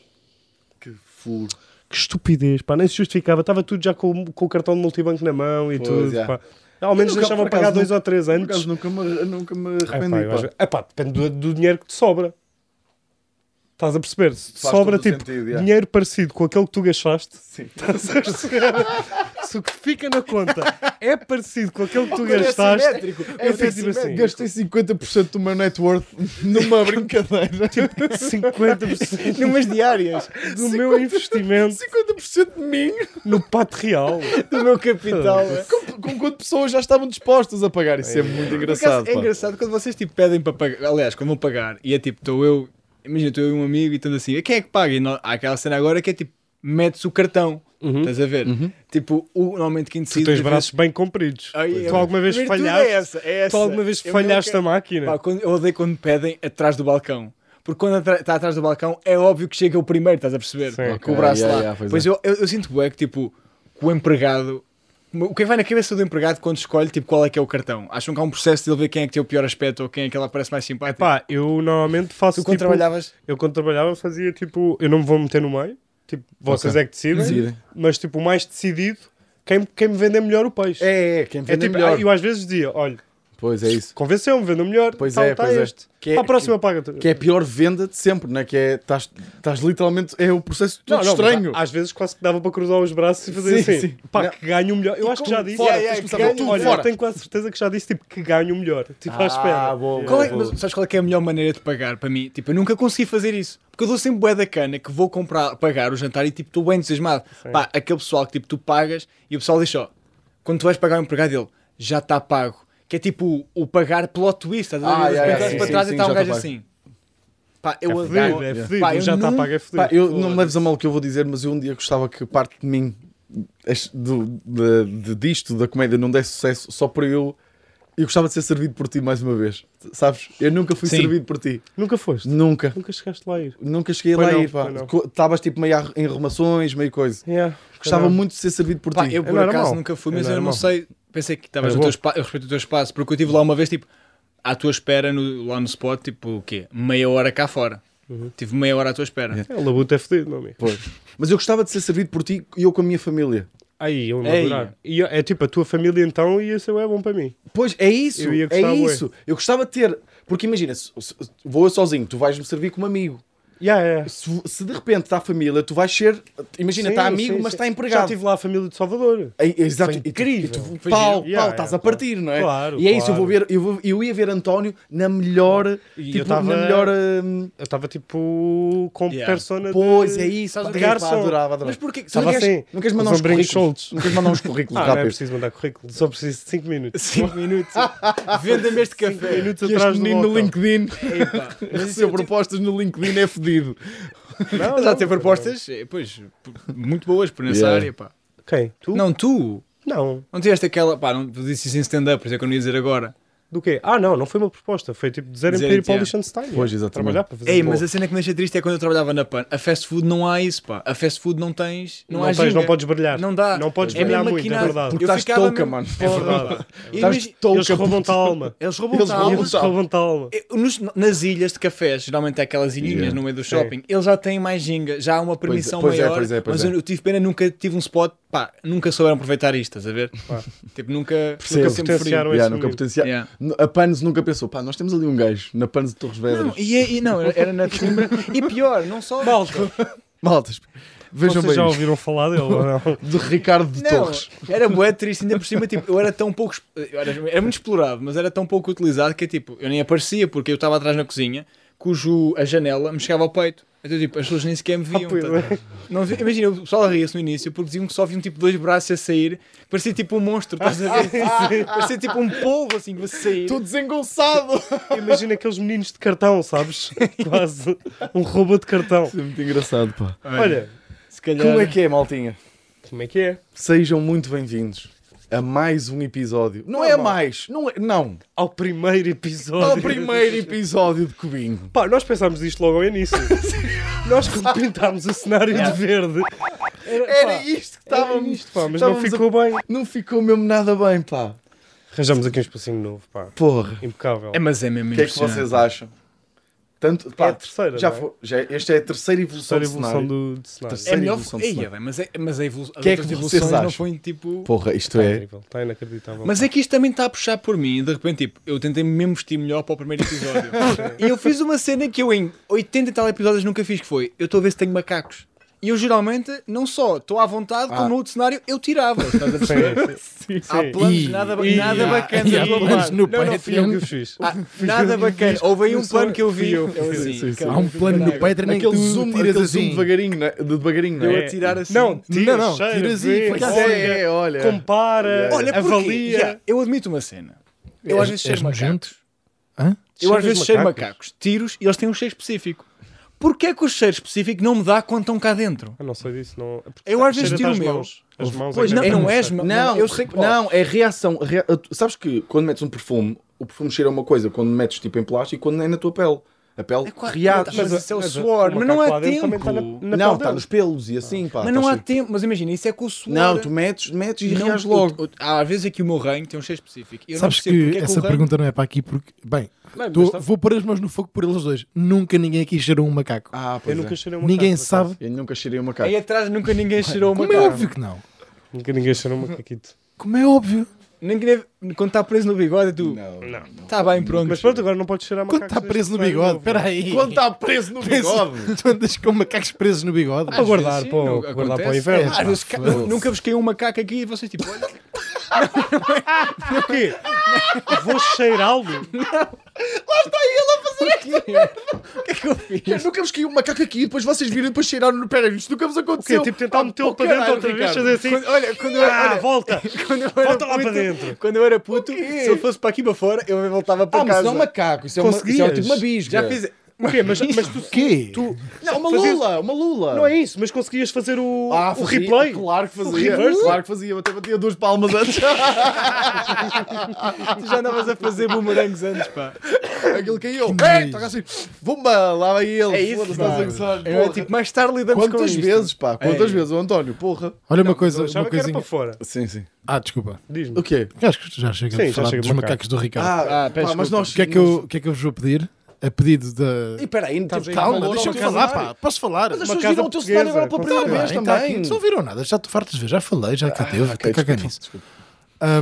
D: Que furo.
A: que estupidez, pá, nem se justificava. Estava tudo já com, com o cartão de multibanco na mão e
D: Pois,
A: tudo,
D: já.
A: pá. Ao menos
D: nunca,
A: deixavam
D: por
A: pagar
D: acaso,
A: dois ou três
D: Por
A: antes.
D: acaso nunca me, nunca me
A: É pá,
D: arrependi.
A: eu
D: pá.
A: acho- é pá, depende do, do dinheiro que te sobra. Estás a perceber? Se te
D: Faz
A: sobra
D: todo o
A: tipo
D: sentido, yeah.
A: dinheiro parecido com aquele que tu gastaste,
D: Sim.
A: se o que fica na conta é parecido com aquele que tu
B: Quando é
A: gastaste,
B: simétrico,
A: eu
B: é
A: fiz tipo assim,
D: Gastei 50% do meu net worth numa brincadeira.
B: Tipo,
A: 50%
B: numas diárias
A: do meu investimento
D: 50% de mim.
A: no pato real.
B: do meu capital.
D: Com, com quanto pessoas já estavam dispostas a pagar? Isso é, muito
B: Por acaso,
D: engraçado.
B: é
D: pá.
B: engraçado quando vocês tipo, pedem para pagar. Aliás, quando vão pagar, e é tipo, estou eu, imagina, estou eu e um amigo e estando assim, quem é que paga? E não- há aquela cena agora que é tipo, metes o cartão, estás a ver?
D: Uhum.
B: Tipo, o, normalmente quem
A: Tu
B: decide.
A: tens
B: de-
A: braços bem compridos.
B: Ai,
A: Tu
B: eu-
A: alguma vez
B: a virtude
A: falhaste?
B: É essa, é essa.
A: Tu alguma vez
B: Eu
A: falhaste
B: nunca-
A: a máquina?
B: Pá, quando- eu odeio quando pedem atrás do balcão. Porque quando atra- está atrás do balcão é óbvio que chega o primeiro, estás a perceber?
A: Sim.
B: Com
D: Ok,
B: o braço
D: yeah,
B: lá.
D: yeah, pois
B: pois
A: é.
B: eu, eu, eu sinto bem que tipo, que o empregado. O que vai na cabeça do empregado quando escolhe tipo, qual é que é o cartão? Acham que há um processo de ele ver quem é que tem o pior aspecto ou quem é que ela parece mais simpático?
A: Pá, eu normalmente faço
B: tu quando
A: tipo,
B: trabalhavas.
A: Eu quando trabalhava fazia tipo, eu não me vou meter no meio, tipo, vocês é que decidem,
D: Decidem.
A: mas tipo, o mais decidido, quem, quem me vende é melhor o peixe.
D: É, é, quem
A: É
D: vende é
A: tipo,
D: melhor.
A: ah, eu às vezes dizia, olha,
D: Pois é isso.
A: convenceu-me, vendo melhor,
D: Pois
A: tal,
D: é,
A: tá
D: pois é.
A: este.
D: Que é-
A: Para a próxima paga tu.
D: Que é a pior venda de sempre, né? Que é. Estás estás literalmente. É o processo todo
A: Não, não, mas
D: estranho.
A: a- Às vezes quase que dava para cruzar os braços e fazer
D: Sim,
A: assim.
D: sim.
A: Pá,
D: Não.
A: que ganho o melhor. Eu acho que já disse.
D: Fora,
B: Yeah,
D: tens
B: yeah,
D: de começar
B: que
D: por tudo,
A: Olha, eu
D: fora.
A: tenho quase certeza que já disse tipo que ganho o melhor. Tipo, à espera.
D: Ah, boa,
B: Qual é-
D: boa,
B: mas
D: boa.
B: sabes qual é que é a melhor maneira de pagar para mim? Tipo, eu nunca consegui fazer isso. Porque eu dou sempre bué da cana que vou comprar, pagar o jantar e tipo, estou bem entusiasmado. Pá, aquele pessoal que tipo, tu pagas e o pessoal diz ó, quando tu vais pagar o empregado ele, já está pago. Que é tipo o, o pagar plot twist. Estás a
D: Ah,
B: ver? Quando
D: yeah, yeah,
B: olhas
D: sim,
B: para
D: sim,
B: trás
D: sim,
B: e está
D: já
B: um gajo
D: tá pago.
B: assim. Pá, eu
A: É fedido,
B: adoro.
A: é
B: Pá,
A: fedido.
B: eu
A: Já está
B: nunca-
A: pago, é fedido.
D: Pá, eu não me leves a mal o que eu vou dizer, mas eu um dia gostava que parte de mim as- do, de, de- disto, da comédia, não desse sucesso só para eu. Eu gostava de ser servido por ti mais uma vez. Sabes? Eu nunca fui
B: Sim.
D: servido por ti.
A: Nunca foste.
D: Nunca.
A: Nunca chegaste lá a ir.
D: Nunca cheguei
A: Pois
D: lá
A: não,
D: a ir, pá.
A: pois não.
D: Co- Estavas tipo meio a- em arrumações, meio coisa.
A: Yeah.
D: Gostava
A: Não.
D: muito de ser servido por
B: Pá,
D: ti.
B: eu por
A: normal.
B: acaso nunca fui,
A: É
B: mas eu não
A: normal.
B: sei. Pensei que estavas
A: És
B: no teu
A: bom.
B: espaço, eu respeito o teu espaço, porque eu estive lá uma vez, tipo, à tua espera, no- lá no spot, tipo, o quê? Meia hora cá fora.
A: Uhum.
B: Tive meia hora à tua espera.
A: É, o Labuto é fedido, meu amigo.
D: Pois. Mas eu gostava de ser servido por ti e eu com a minha família.
A: Aí, eu vou
B: Ei.
A: adorar. E eu- é tipo, a tua família então e isso é bom para mim.
D: Pois, é isso.
A: Eu ia
D: é
A: gostar, bué.
D: isso. Eu gostava de ter. Porque imagina, se, se- vou eu sozinho, tu vais-me servir como amigo.
A: Yeah, yeah.
D: Se, se de repente está a família, tu vais ser. Imagina,
A: Sim,
B: tá
D: está amigo,
A: sim,
D: mas
A: sim.
D: está empregado.
A: Já estive lá a família de Salvador.
D: É- é Exato.
A: Foi
D: E tu-
A: incrível.
D: E tu,
B: Foi
D: pau,
B: giro.
D: pau,
A: Yeah,
D: estás
A: yeah,
D: a partir, não é?
A: Claro,
D: E é isso, eu vou
A: claro.
D: ver, eu, vou, eu ia ver António na melhor.
A: E eu
D: tipo,
A: tava-
D: na melhor. hum,
A: Eu estava tipo com
B: Yeah.
A: persona.
D: pois,
A: de...
D: é isso.
A: de
D: Pá,
A: garçom.
D: pá, adorava, adorava.
B: Mas porquê?
A: Estava
D: não, queres,
A: assim.
D: não queres mandar uns
A: ombrinhos
D: currículos?
A: soltos.
D: Não queres mandar uns currículos
A: Ah, não é
D: rápidos?
A: preciso mandar currículo, só preciso de 5 minutos.
B: 5 minutos. Venda-me este café.
A: minutos
D: E este
A: atrás do
D: menino no
A: balcão.
D: LinkedIn
B: Epá.
D: recebeu propostas no LinkedIn é fedido.
A: Não,
B: Mas há
A: não,
B: de ter
A: não.
B: propostas, eh, pois, p- muito boas por nessa
D: Yeah.
B: área, pá.
A: Quem? Tu?
B: Não, tu.
A: Não.
B: Não tiveste aquela, pá, não tu disse isso em stand-up, por isso é que eu não ia dizer agora.
A: Do quê? Ah, não, não foi uma proposta. Foi tipo dizerem para
B: Dizerem,
A: ir para o
B: yeah.
A: Liechtenstein.
D: Pois, exatamente.
A: Trabalhar para fazer
B: Ei,
A: um
B: mas
A: bolo.
B: a cena que me deixa triste é quando eu trabalhava na PAN. A fast food não há isso, pá. A fast food não tens. Não,
A: Não
B: há
A: tens, não
B: ginga.
A: podes brilhar.
B: Não dá.
A: Não podes
B: mesmo
A: brilhar muito,
B: maquinado.
A: é verdade.
D: Porque
B: Eu
D: estás
B: ficava
D: touca,
B: mesmo-
D: mano.
B: É verdade. E
D: Estás
B: imagina-
D: touca,
A: Eles roubam-te
D: puto.
A: a alma.
B: Eles roubam
D: Eles
B: a
D: roubam-te
B: alma.
A: Eles roubam-te a alma.
B: Eu- nos- nas ilhas de cafés, geralmente há aquelas ilhinhas
D: Yeah.
B: no meio do shopping, eles já têm mais ginga, já há uma permissão
D: pois é,
B: maior.
D: pois é, pois
B: mas
D: é.
B: eu tive pena, nunca tive um spot, pá, nunca souberam aproveitar isto, estás a ver? Tipo, nunca,
D: Percebo.
B: nunca sempre
A: Potenciaram
B: frio.
A: esse
D: Yeah, nunca
A: menino.
D: potenciar.
B: Yeah.
D: A Panos nunca pensou, pá, nós temos ali um gajo na Panos
B: é,
D: de Torres Vedras.
B: Não, e, e não, era na Coimbra. E pior, não só.
A: Malta,
D: Maltas, Vejam
A: Vocês
D: bem
A: já
D: isto.
A: ouviram falar dele ou não?
D: de Ricardo de
B: Não,
D: Torres.
B: era bué triste, ainda por cima, tipo, eu era tão pouco, eu era, era muito explorado, mas era tão pouco utilizado que, tipo, eu nem aparecia porque eu estava atrás na cozinha, cujo a janela me chegava ao peito. Então, tipo, as pessoas nem sequer
D: Ah,
B: me viam.
A: pois,
B: tá- não vi- imagina, o pessoal ria-se no início porque diziam que só viam, tipo, dois braços a sair, parecia tipo um monstro, estás a ver? parecia tipo um polvo, assim, que você sair.
D: Estou desengonçado!
A: Imagina aqueles meninos de cartão, sabes? Quase um robô de cartão.
D: Isso é muito engraçado, pá.
A: Olha,
B: se calhar...
D: Como é que é, maltinha?
A: como é que é?
D: Sejam muito bem-vindos a mais um episódio. Não, é a mais, não é, não.
A: Ao primeiro episódio.
D: Ao É primeiro episódio de Cubinho.
A: Pá, nós pensámos isto logo ao início. nós quando pintámos o cenário de verde,
D: Era isto que
A: estava
D: estávamos.
A: isto, pá, mas não
D: estávamos a-
A: ficou bem.
D: Não ficou mesmo nada bem, pá.
A: Arranjamos aqui um espacinho novo, pá.
D: Porra.
A: Impecável.
B: É, mas é mesmo
D: O que é que vocês acham? Tanto, pá,
A: É a terceira,
D: já
A: não é?
D: foi, já, esta é a terceira evolução,
A: Terceira evolução do, do cenário.
D: Terceira.
B: É melhor...
D: evolução de
B: Ei,
D: cenário.
B: é, mas, é, mas a evolu... as
D: Que é que
B: outras
D: vocês
B: evoluções não
D: acham?
B: foi, tipo...
D: Porra, isto
A: Está
D: é.
A: incrível, está inacreditável.
B: Mas é que isto também está a puxar por mim. De repente, tipo, eu tentei mesmo vestir melhor para o primeiro episódio. e eu fiz uma cena que eu em 80 e tal episódios nunca fiz, que foi, eu estou a ver se tenho macacos. E eu geralmente, não só estou à vontade,
D: Ah.
B: como no outro cenário, eu tirava. Estás a perceber?
A: Sim, sim.
B: Há planos
C: Ih,
B: nada,
A: ih,
B: nada
A: há-
B: bacana. Estou
C: há
B: a
C: planos
B: falar.
C: no
B: não, não,
A: Não, fui eu que os fiz.
B: há nada bacana. Houve aí
A: Eu
B: um
A: sou-
B: plano que eu
A: fui
B: vi.
A: eu,
B: eu
A: fui eu,
B: assim,
D: sim, sim.
B: cara,
C: Há um plano no Patreon em que
D: Aquele
C: tu
D: zoom,
C: tiras
D: tiras o zoom
C: assim.
D: devagarinho, né? de devagarinho, não
B: Eu
D: é?
B: a tirar assim.
A: Não, tira,
C: não,
A: cheira,
C: tiras e
A: vê,
C: fica
A: olha,
C: assim.
D: É, é, olha.
A: compara,
B: Olha, porque,
A: avalia.
B: já, eu admito uma cena. Eu às
C: És-
B: vezes
C: és
B: cheiro macacos.
C: nojento? Hã?
B: Eu às
A: Cheiras
B: vezes cheiro
A: macacos?
B: macacos, tiros e eles têm um cheiro específico. Porquê que o cheiro específico não me dá quando estão cá dentro?
A: Eu não sei disso, não. é porque
B: Eu às vezes
A: cheira-te
B: tiro
A: às
B: o meu.
A: mãos. As mãos é
B: Pois
A: que
B: não,
A: é
B: não
A: que
B: és,
A: cheira.
B: ma-
D: Não,
B: eu sei que.
D: não, é reação. rea- Sabes que quando metes um perfume, o perfume cheira a uma coisa quando metes tipo em plástico e quando é na tua pele. A pele
B: É quase-
D: reage.
B: mas isso é o
A: mas
B: suor, mas não
A: macaco lá
B: há
A: dentro também
B: tempo.
A: está na- na
D: não,
A: pele
D: está
A: dele.
D: nos pelos e assim, pá.
B: Mas não
D: tá
B: há
D: cheio.
B: tempo. Mas imagina, isso é com o suor.
D: Não, tu metes, metes e
B: Não,
D: reages
B: o-
D: logo.
B: o- há, às vezes aqui o meu ranho tem um cheiro específico. Eu
C: Sabes
B: não percebo
C: que
B: porque é
C: essa
B: o ranho-
C: pergunta não é para aqui porque. Bem,
A: Bem, mas
C: tô-
A: está-
C: vou pôr as mãos no fogo por eles dois. Nunca ninguém aqui cheirou um macaco.
D: Ah,
A: Eu
D: pois
A: nunca
D: é.
A: cheirei uma
C: ninguém
A: caca, por acaso.
C: sabe.
D: Eu nunca cheirei uma
B: Aí
D: macaco.
B: atrás nunca ninguém cheirou uma
C: Como é
B: cara.
C: óbvio que não?
A: Nunca ninguém cheirou uma caquito.
C: Como é óbvio?
B: Ninguém, quando está preso no bigode, é tu.
D: Não.
B: Está bem, pronto.
A: Mas pronto, agora não podes cheirar
C: Quando
A: macacos.
C: está preso no
A: neste
C: bigode,
A: episódio
C: espera aí.
D: Quando está preso no bigode.
C: Tu andas com macacos presos no bigode.
A: Para guardar,
B: sim,
A: para o-
B: não-
A: para guardar
B: acontece.
A: para o inverno.
B: Às vezes Ah, ca-
D: foda-se.
B: nunca vos caiu um macaco aqui e vocês tipo, olha,
A: novo. Porquê? Vou cheirá-lo?
B: o que é que eu fiz?
D: Eu nunca vos caiu um macaco aqui e depois vocês viram e depois cheiraram no pé. Isto nunca vos
A: O quê?
D: aconteceu. Ah,
A: Tipo, tentar metê-lo para dentro
B: caralho,
A: outra vez,
B: Ricardo.
A: fazer assim.
B: Quando- olha, quando eu,
A: Ah,
B: olha,
A: volta!
B: quando eu era
A: Volta lá
B: puto,
A: para dentro.
B: Quando eu era puto, se ele fosse para aqui para fora, eu voltava para
D: Ah, mas
B: casa.
D: isso não é um macaco. Isso é, uma, isso é
A: Conseguias?
D: tipo uma bisga.
B: Já fiz.
A: O quê? Mas, mas tu,
C: Quê?
A: tu-
D: Não, uma
A: Fazias-
D: lula. Uma lula.
A: Não é isso, mas conseguias fazer o,
D: Ah,
A: o
D: fazia,
A: replay?
D: Claro que
A: O
D: fazia.
A: reverse?
D: Claro que fazia. Eu até batia duas palmas antes.
B: Tu já andavas a fazer bumerangues antes, pá.
D: Aquilo caiu. Ei, toca assim. Vumba, lá vai ele.
B: É isso,
D: Foda-se,
B: pá.
D: estás a gozar.
B: Eu era
D: Porra.
B: tipo, mais tarde lidamos com
D: Quantas
B: isto.
D: vezes, pá? Quantas
B: Ei.
D: vezes, o António? Porra.
C: Olha uma coisa,
A: Eu achava
C: uma
A: que era
C: coisinha.
A: para fora.
D: Sim, sim.
C: Ah, desculpa.
A: Diz-me.
D: O quê?
C: Acho que já chega
A: Sim,
C: de
A: já
C: falar
A: chega
C: dos
A: de
C: macacos do Ricardo.
D: Ah,
B: Ah, peço
D: pá, mas
B: desculpa.
D: nós.
C: o, que é que eu, o que é que eu vos vou pedir? A pedido da.
D: E peraí,
A: Tá
D: não temos
C: Calma,
D: valor
C: deixa-me
D: ao
C: falar,
D: cenário.
C: pá. Posso falar?
A: Uma
D: Mas as pessoas
A: casa
D: viram o teu cenário agora pela
A: portuguesa,
D: primeira vez
C: Bem, tá aqui.
D: também. Ah,
C: Não viram nada, já te fartas de ver, já falei, já cá teve,
D: ok,
C: caga
D: desculpa,
C: nisso.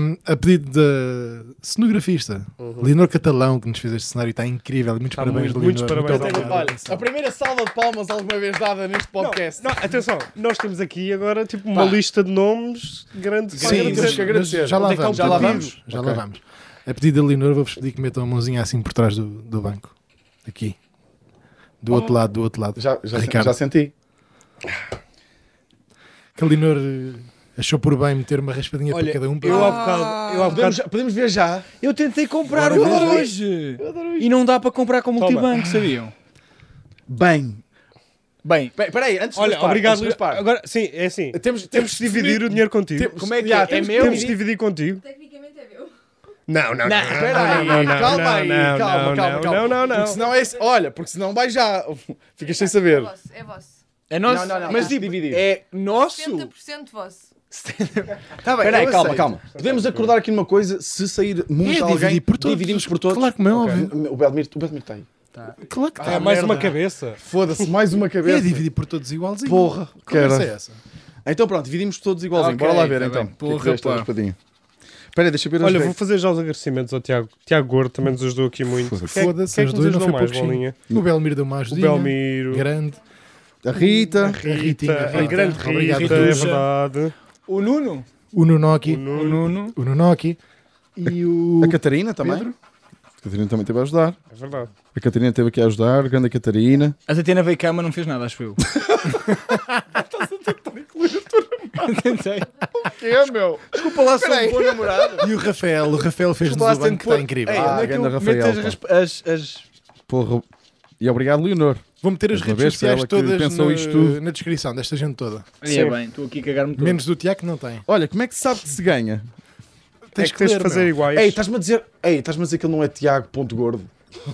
C: Um, a pedido da cenografista,
D: Uhum.
C: Leonor Catalão, que nos fez este cenário, está incrível. Muitos
A: Está
C: parabéns,
A: Tá muito,
C: Leonor.
A: muitos parabéns à
C: obrigado.
A: Leonor.
D: Olha, a primeira salva de palmas alguma vez dada neste
A: Não,
D: é podcast.
A: não, atenção, nós temos aqui agora tipo uma
D: Pá.
A: lista de nomes grande
D: Sim,
A: grande-
D: temos que
C: mas
D: agradecer.
C: Já lá
A: Onde é que
C: vamos,
A: está
C: já
A: o
C: lá
A: pedido?
C: vamos. Já lá vamos. A pedido da Leonor, vou-vos pedir que metam a mãozinha assim por trás do, do banco. Aqui. Do outro lado, do outro lado.
D: Já, já,
C: Ricardo.
D: já senti.
C: Que a Leonor eh, achou por bem meter uma raspadinha para
B: Olha,
C: cada um. para-
B: eu há bocado, eu há
D: Podemos,
B: bocado
D: já- podemos ver já.
B: Eu tentei comprar um hoje. E não dá para comprar com multibanco, sabiam?
D: Bem.
B: Bem,
D: Pe- Peraí, antes de
A: Olha,
D: Gaspar,
A: obrigado.
D: antes de Gaspar.
A: Agora, sim, é assim.
D: Temos,
A: Temos de dividir o dinheiro contigo.
D: Temos-
B: como é que
D: Já,
B: é? É
D: temos-
B: meu?
A: Temos de dividir contigo.
E: Tecnicamente é meu.
A: Não, não, não.
B: Tá
D: Espera aí,
A: não, não,
D: calma aí,
A: não,
D: calma,
A: não,
D: calma,
A: não,
D: calma.
A: não, não, não.
D: Porque senão é esse- Olha, porque senão vai já. Ficas sem
E: É
D: saber.
E: vosso, é vosso.
B: É nosso.
D: Não, não, não.
B: Mas
D: Tem
B: tipo,
D: que dividir.
B: é nosso.
E: 70% vosso.
B: Tá bem,
D: Peraí,
B: eu
D: calma,
B: aceito.
D: calma. Podemos acordar aqui numa coisa, se sair muito
C: É,
D: alguém,
C: dividir por todos.
D: dividimos por todos.
C: Claro que não, óbvio.
D: O Belmiro, o Belmiro está aí.
C: Claro que
A: Ah,
C: está.
A: mais
C: é merda.
A: uma cabeça.
D: Foda-se, mais uma
C: É
D: cabeça.
C: dividir por todos igualzinho.
D: Porra,
C: que é
D: cara.
C: essa?
D: Então pronto, dividimos todos igualzinho.
B: Ok,
D: Bora lá ver
B: tá
D: então.
B: bem.
D: O que é que
B: Porra,
D: desta
B: pá.
D: raspadinha? Espera aí, deixa eu ver as
A: Olha,
D: vezes.
A: vou fazer já os agradecimentos ao Tiago. Tiago Gordo também nos ajudou aqui muito.
D: Foda-se.
A: Quem é que-
C: Foda-se,
A: quem é que
C: os
A: nos
C: dois
A: ajudou
C: não foi
A: mais,
C: pouquinho.
A: Bolinha?
C: O Belmiro deu uma
A: O
C: ajudinha.
A: Belmiro.
C: Grande.
D: A Rita.
C: A Ritinha,
A: Rita, a
C: Rita.
A: grande Rita,
C: Obrigado,
A: é
C: Rita.
A: verdade.
B: O Nuno.
C: O Nunoki.
B: O Nuno.
C: O Nunoki. E o.
D: A Catarina também.
C: Pedro?
D: A Catarina também teve a ajudar.
A: É verdade.
D: A Catarina esteve aqui a ajudar. Grande Catarina.
B: A Tatiana veio cá, mas não fez nada, acho eu. Estás a tentar incluir a tua namorada.
D: É, meu.
B: Desculpa lá, sou um bom namorado.
C: E o Rafael. O Rafael fez-nos
B: Desculpa lá,
C: o
B: se tenho
C: banco
B: que
C: que
B: pôr-
C: está incrível.
B: Ei,
D: Ah,
B: onde é que eu
D: ganda Rafael,
B: meto as
D: pá.
B: raspa- as- as-
D: Porra. E obrigado, Leonor.
C: Vou meter as
D: Uma
C: redes
D: vez foi ela
C: sociais
D: que
C: todas
D: pensou
C: no-
D: isto tudo.
C: na descrição desta gente toda.
B: Aí é bem, estou aqui a cagar-me todo.
C: Menos do Tiago que não tem.
D: Olha, como é que se sabe que se ganha?
A: Tens que tens de
C: ler,
A: fazer
C: meu.
A: iguais.
D: Ei, estás-me a dizer. Ei, estás-me a dizer que ele não é Tiago ponto gordo.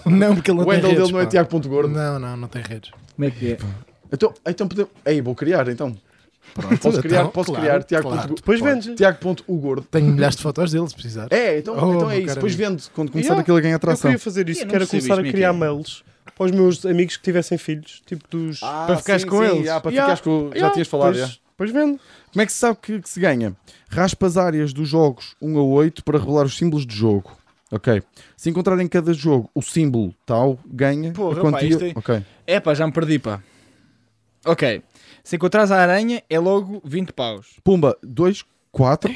C: Não, porque ele não
D: O
C: tem
D: handle
C: redes.
D: dele não é
C: pá.
D: Tiago ponto gordo.
C: Não, não, não tem redes.
B: Como é que é?
D: Então, então podemos. Ei, vou criar então.
C: Pronto,
D: Posso criar,
C: então,
D: posso
C: claro,
D: criar Tiago
C: claro.
D: ponto gordo.
A: Depois vendes.
D: Tiago ponto o gordo.
C: Tenho milhares de fotos dele, se precisar.
D: É, então,
C: Oh,
D: então é
C: meu
D: isso.
C: caro
D: Depois
C: amigo.
D: vende quando começar
A: Eu-
D: aquilo a ganhar
A: Eu
D: tração.
A: queria fazer isso,
B: Eu não
A: que era
B: percebi
A: começar a
B: isto,
A: criar
B: Mickey.
A: mails para os meus amigos que tivessem filhos, tipo dos.
D: Ah,
B: Para ficares
D: sim,
B: com
D: sim,
B: eles.
D: já, para
A: Yeah.
D: ficares com- Já
A: Yeah,
D: tinhas falado.
A: Pois,
D: já.
A: pois vendo.
D: Como é que se sabe que, que se ganha? Raspa as áreas dos jogos 1 a 8 para revelar os símbolos de jogo. Ok. Se encontrar em cada jogo o símbolo tal, ganha.
B: Porra,
D: a
B: pá,
D: quantia.
B: isto é-
D: Ok.
B: É pá, já me perdi, pá. Ok. Se encontrares a aranha, é logo 20 paus.
D: Pumba, 2, 4.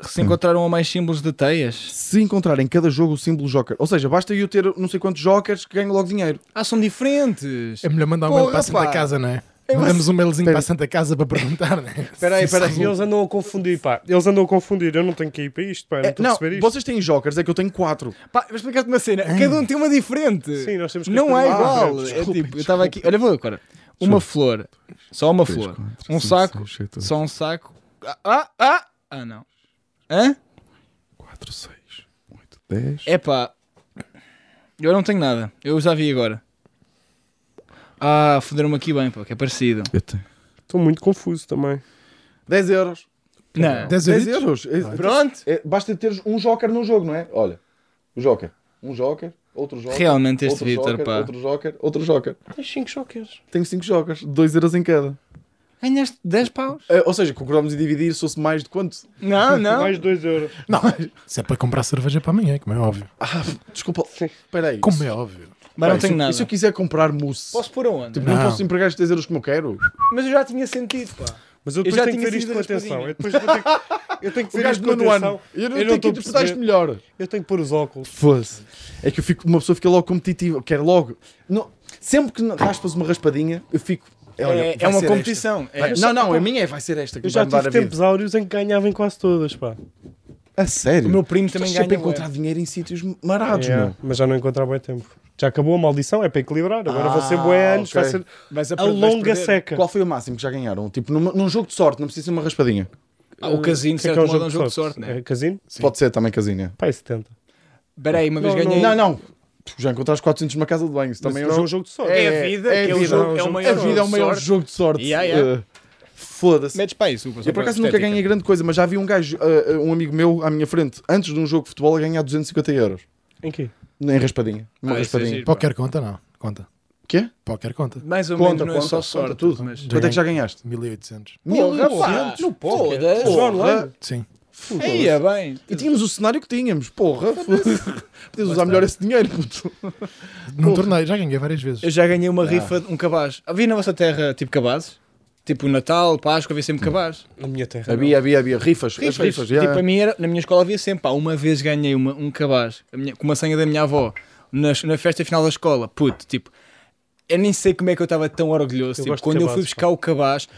B: Se encontrar um ou mais símbolos de teias.
D: Se encontrar em cada jogo o símbolo Joker. Ou seja, basta eu ter não sei quantos Jokers que ganho logo dinheiro.
B: Ah, são diferentes.
C: É melhor mandar um
B: Porra,
C: mail para a Santa
B: pá.
C: Casa, não é? Mandamos um mailzinho para a Santa Casa para perguntar, não é?
B: Espera aí,
C: Se
B: espera
C: isso
B: aí.
A: Eles andam a confundir, pá. Eles andam a confundir. Eu não tenho que ir para isto, pá. Eu não
D: É,
A: estou a
D: não,
A: perceber isto.
D: vocês têm Jokers, é que eu tenho 4.
B: Pá, vou explicar-te uma cena. Cada um tem uma diferente.
A: Sim, nós temos que
B: Não é
A: experimentar.
B: igual.
A: Ah,
B: É tipo, eu estava aqui. Olha, vou agora. Uma flor. Só uma flor. Um saco. Só um saco. Ah, ah, ah. Ah, não. Hã?
D: 4, 6, 8, 10.
B: É pá. Eu não tenho nada. Eu já vi agora. Ah, foderam-me aqui bem, pá, que é parecido.
D: Eu tenho.
A: Estou muito confuso também.
D: 10 euros.
B: Não.
C: 10
D: 10
C: euros?
D: euros. É-
B: Pronto.
D: é- basta teres um Joker num jogo, não é? Olha, o Joker. Um Joker, outro Joker.
B: Realmente este
D: outro
B: Vitor,
D: joker,
B: pá.
D: Outro Joker, outro Joker.
A: Tens 5 choques.
D: Tenho 5 Jokers, 2 euros em cada.
B: Ganhaste 10 paus?
D: Eh, ou seja, concordamos em dividir se fosse mais de quanto?
B: Não, não.
A: Mais 2 euros.
C: Não, se é para comprar cerveja para amanhã, como é óbvio.
D: Ah, desculpa. Espera aí.
C: Como é óbvio.
B: Mas não
D: Espera aí, se-
B: tenho nada.
D: E se eu quiser comprar mousse?
B: Posso pôr aonde?
D: Tipo, não.
C: Não.
D: posso empregar estes 10 euros como eu quero?
B: Mas eu já tinha sentido, pá.
A: Mas eu
B: Eu
A: depois
B: já
A: tenho que
B: tinha
A: ver isto
B: sido
A: com
B: raspadinho.
A: atenção. Eu depois vou ter que, eu tenho que ver isto com atenção.
D: Eu não
A: Eu não
D: tenho que
A: estou a
D: interpretar isto
A: perceber.
D: melhor.
A: Eu tenho que pôr os óculos.
D: Fosse. É que eu fico, uma pessoa fica logo competitiva. Quer logo. Não, sempre que raspas uma raspadinha, eu fico. É, olha,
B: É, é
D: vai
B: uma
D: ser esta.
B: competição. É.
D: Vai- não, não, a minha é, vai ser esta que
A: Eu
D: me
A: já
D: vai mudar
A: tive
D: a vida.
A: tempos áureos em que ganhava em quase todas, pá.
D: A
B: O
D: sério?
B: meu primo também é.
D: Estás
B: ganha.
D: sempre a
B: bué.
D: encontrar dinheiro em sítios marados,
A: Yeah,
D: meu.
A: É, mas já não encontro há bem tempo. Já acabou a maldição, é para equilibrar. Agora
D: Ah,
A: vou ser bué anos,
D: ok.
A: vai ser
B: Mas
A: a longa seca.
D: Qual foi o máximo que já ganharam? Tipo, numa- num jogo de sorte, não precisa ser uma raspadinha.
B: Ah, o casino, de
A: Que é
B: certo
A: que é um
B: modo, é um jogo de
A: sorte?
B: sorte, né?
A: É casino?
D: Pode ser também casinha.
A: Pá, é 70.
B: Espera aí, uma vez
A: Não,
B: ganhei.
D: Não, não. Tu já encontraste 400 numa casa de banho. Isso também é um
A: não
D: jogo.
A: jogo de sorte.
B: É a vida,
D: É
B: que
D: a
B: é o
D: vida,
B: jogo, é
A: é um
B: o
A: jogo
D: A
B: maior.
A: de
D: vida é o maior
B: sorte.
D: jogo de sorte.
B: Yeah, yeah.
D: Uh, Foda-se.
B: Metes para isso, Lucas.
D: Eu por acaso nunca ganhei grande coisa, mas já vi um gajo, uh, uh, um amigo meu à minha frente, antes de um jogo de futebol, a ganhar 250 euros.
A: Em quê?
D: Em raspadinha. Uma
B: Ah, isso é
D: raspadinha.
B: giro.
C: Qualquer conta, não. Conta.
D: Quê?
C: Qualquer conta.
B: Mais ou menos,
D: Conta,
B: não é
D: conta,
B: só
D: conta
B: sorte.
D: tudo.
B: Mas...
C: Já
D: Quanto é que já
C: ganhei
D: ganhaste?
C: 1800.
D: 1800.
B: Não pode.
A: João,
D: Porra.
A: lá.
C: Sim.
B: Aí é bem.
D: E tínhamos o cenário que tínhamos, porra. Podias usar melhor esse dinheiro, puto.
C: Num torneio, já ganhei várias vezes.
B: Eu já ganhei uma rifa de um cabaz. Havia na vossa terra tipo cabazes? Tipo Natal, Páscoa, havia sempre cabaz.
A: Na minha terra.
D: Havia, havia, havia. Rifas. As
B: Rifas.
D: rifas,
B: tipo, a mim era, na minha escola havia sempre. Pá, uma vez ganhei uma- um cabaz a minha- com uma senha da minha avó nas- na festa final da escola. Puto, tipo, eu nem sei como é que eu estava tão orgulhoso. tipo,
A: gosto de
B: quando eu fui
A: cabazes,
B: buscar o cabaz,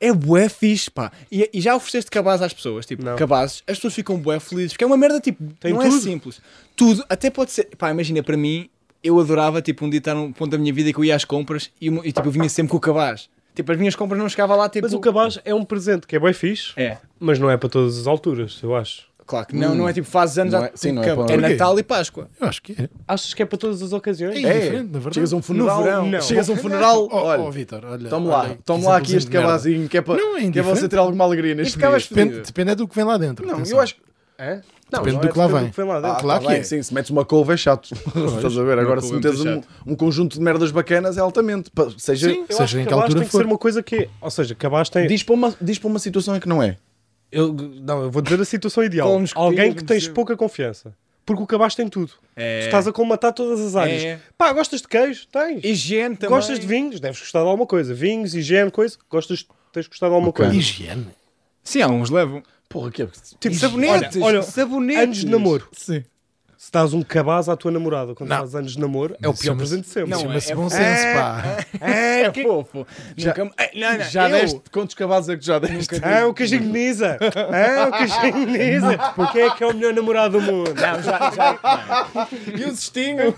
B: é bué fixe, pá. E, e já ofereceste cabaz às pessoas, tipo,
A: Não.
B: cabazes, as pessoas ficam bué felizes, porque é uma merda, tipo,
A: Tem
B: não é
A: tudo.
B: simples. Tudo, até pode ser, pá, imagina, para mim, eu adorava, tipo, um dia estar num ponto da minha vida que eu ia às compras e, uma- e, tipo, eu vinha sempre com o cabaz. Tipo, as minhas compras não chegava lá, tipo...
A: Mas o cabaz é um presente que é bem fixe,
B: É,
A: mas não é para todas as alturas, eu acho.
B: claro que não, não é tipo, fazes anos,
D: Não
B: já-
D: é- sim,
B: tipo,
D: não é
B: cab-
D: para-
B: é
C: Porquê?
B: Natal e Páscoa.
C: Eu acho que é.
A: Achas que é para todas as ocasiões?
C: É,
D: É.
C: diferente, na verdade.
D: Chegas a um funeral.
A: verão, não.
D: Chegas a um funeral.
C: Oh,
D: olha,
C: oh, Vitor, olha.
D: Toma
C: olha,
D: lá,
C: que
D: toma lá aqui
C: exemplozinho
D: este
C: de merda.
D: cabazinho que é para,
C: Não, é
D: que é para
C: indiferente.
D: você ter alguma alegria
B: E
D: neste
B: ficavas
D: dia.
C: Depende, depende é do que vem lá dentro.
D: Não,
C: atenção.
D: eu acho que.
A: Não,
C: Depende
A: não
C: do
A: é
C: que lá
A: depende
C: vem.
A: do que lá
D: Ah,
A: dentro.
C: claro
D: tá
C: que
D: bem,
C: é.
D: Sim, se metes uma couve é chato. Estás a ver? Agora, se
B: couve é
D: metes
B: muito
D: um, um conjunto de merdas bacanas, é altamente. Pa- Seja.
A: Eu
C: Seja
A: acho
C: em
A: que
C: que
A: cabaz
C: altura
A: tem que
C: for.
A: ser uma coisa que é- Ou seja, cabaz tem...
D: Diz para, uma, diz para uma situação em que não é.
A: Eu, não, eu vou dizer a situação ideal.
B: Colmos que
A: Alguém
B: tiras,
A: que tens
B: sim.
A: pouca confiança. Porque o cabaz tem tudo.
B: É.
A: Tu estás a colmatar todas as áreas.
B: É.
A: Pá, gostas de queijo? Tens.
B: Higiene também.
A: Gostas de vinhos? Deves gostar de alguma coisa. Vinhos, higiene, coisa. Gostas, tens gostado de alguma
D: Ok.
A: coisa.
C: Higiene.
B: Sim, há uns levam.
D: Porra, que é?
A: Tipo,
B: Sabonetes,
A: Olha, olha
B: sabonetes.
A: anos de namoro.
C: Sim.
A: Se dás um cabaz à tua namorada quando
C: Não.
A: fazes anos de namoro, é o
C: Isso
A: pior
C: chama-se-
A: presente de sempre.
B: Não,
C: Chama-se
B: é-
C: bom
B: é-
C: senso, pá.
B: É, fofo.
D: Já-
B: Nunca... Ah, não, não,
D: Já
B: eu...
D: deste? Quantos cavalos é que já deste?
A: É o que agoniza! É o que agoniza! Porque é que é o melhor namorado do mundo?
B: Não, já, já.
D: E o cestinho?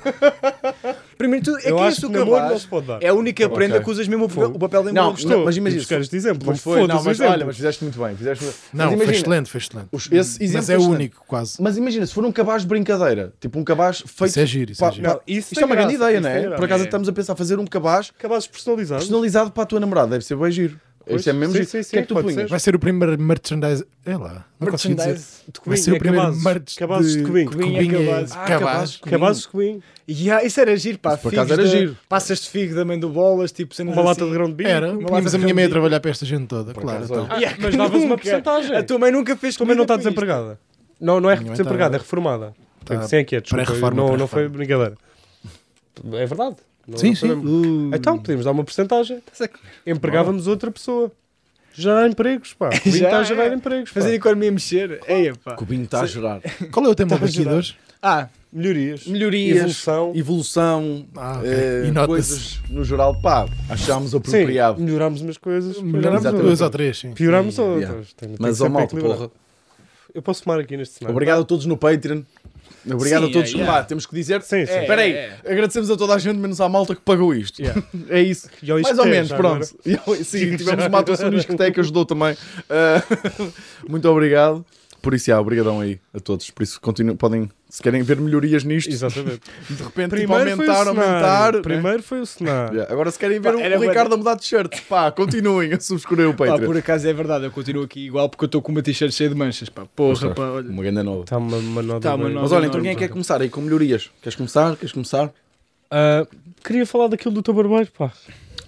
B: Primeiro de tudo, é
A: Eu
B: que
A: acho
B: esse
A: que
B: o
A: namoro não
B: cabaz
A: se pode dar.
B: é a única prenda
D: Ok.
B: que usas mesmo o papel- o papel de
D: Não,
B: embrulho.
A: Estou,
D: mas imagina
A: não Tipo, buscar
D: isso.
A: este exemplo,
D: Mas foi, não, mas olha, mas
A: mas...
D: fizeste muito bem. Fizeste muito... mas
C: Não, foi
D: imagina,
C: excelente, foi excelente.
D: os- Esse exemplo
C: Mas é
D: foi
C: o
D: excelente.
C: único, quase.
D: Mas imagina, se for um cabaz de brincadeira, tipo um cabaz feito.
C: Isso é giro, isso
D: pa-
C: é giro.
D: pa-
A: Não, isso
D: isto
A: tem
D: é uma grande
A: graça,
D: ideia,
A: isso
D: não
A: tem
D: é?
A: graça.
D: Por acaso
B: É.
D: estamos a pensar fazer um cabaz
A: Cabazes personalizados.
D: personalizado para a tua namorada, deve ser bem giro.
A: Pois,
D: Isto é mesmo
A: sim,
D: giro.
A: sim,
D: O
A: sim,
D: que é que tu
A: pode
D: punhas?
A: ser.
C: Vai ser o primeiro merchandise. É lá. Não consegui dizer.
A: De
B: Merchandise.
C: Vai
A: Coimbra,
C: ser o primeiro
A: cabazes.
C: merch
A: Cabazes de Coimbra.
B: Coimbra, cabazes.
C: Cabaz.
B: Ah,
C: Cabaz.
A: Cabazes de Coimbra.
B: Yeah, isso era giro, pá.
D: Isso por
B: figos
D: acaso era
B: da-
D: giro.
B: Passas de figo da mãe do bolas, tipo cenas
A: Uma lata
B: assim.
A: Um de grão de bico. é
C: Era.
B: Uma
C: Tínhamos
B: lata
C: a minha meia a
B: redondinha.
C: trabalhar para esta gente toda, claro.
D: acaso,
C: Então.
D: olha.
B: Yeah,
A: Mas davas uma
B: nunca.
A: porcentagem. é
B: A tua mãe nunca fez
A: Também não está
B: comida com isto.
A: desempregada. Não, não é
C: Minha mãe
A: desempregada, é
C: está-
A: reformada.
C: está
A: Sim, é que é, desculpa,
C: pré-reforma,
A: Não, não foi
C: pré-reforma.
A: brincadeira. É verdade. Não-
C: Sim,
A: não
C: sim.
A: sabemos. Então, podíamos dar uma porcentagem. Empregávamos outra pessoa. Gerar empregos, pá.
B: Já
A: Vintar
B: é.
A: gerar empregos. pá.
B: Fazer a economia mexer. Eia, pá.
D: O vinho está a gerar.
C: Qual é o tema
A: Estava a
C: daqui de
A: girar.
C: hoje?
B: Ah,
A: Melhorias.
D: Melhorias,
A: Evolução.
D: evolução,
C: Ah, ok.
D: eh,
C: E nota-se.
D: coisas no geral, pá, achámos
A: Sim,
D: apropriado.
A: melhorámos umas coisas.
C: Hum, Melhoramos
A: melhorámos
D: Exatamente.
A: outras.
C: duas ou três, sim.
A: Piorámos outras.
D: Yeah.
A: Tem- tem que
D: Mas, ó
A: sempre
D: malta,
A: equilibrar.
D: porra,
A: Eu posso fumar aqui neste cenário.
D: obrigado a todos no Patreon. Obrigado
B: Sim,
D: a todos.
B: é, yeah.
D: Pá, temos que dizer.
A: Sim, sim.
B: É.
D: Espera aí, agradecemos a toda a gente, menos à malta que pagou isto.
A: Yeah.
D: É isso.
A: E ao
D: Mais ou
A: Isqueté,
D: menos,
A: já
D: pronto.
A: agora.
D: E- Sim, tivemos uma atuação no Isqueté que ajudou também. Ah, muito obrigado. Por isso, há, obrigadão aí a todos. Por isso, continuem, podem, se querem ver melhorias nisto,
A: Exatamente.
D: de repente, tipo,
A: Primeiro foi o
D: aumentar,
A: cenário.
D: aumentar. né?
A: Primeiro foi o cenário.
D: Yeah, Agora, se querem ver
B: Pá,
D: o-
B: era
D: o Ricardo
B: bué-
D: a mudar de shirt, pá, continuem a subscrever o
B: pá,
D: Patreon.
B: por acaso é verdade. Eu continuo aqui igual porque eu estou com uma t-shirt cheia de manchas, pá. Porra, pá, olha.
D: Uma grande nova.
A: Está uma, uma nota.
B: Tá uma
A: bem.
B: nota.
D: Mas olha, então quem é que quer começar aí com melhorias? Queres começar? Queres começar?
A: Ah, queria falar daquilo do teu barbeiro, pá.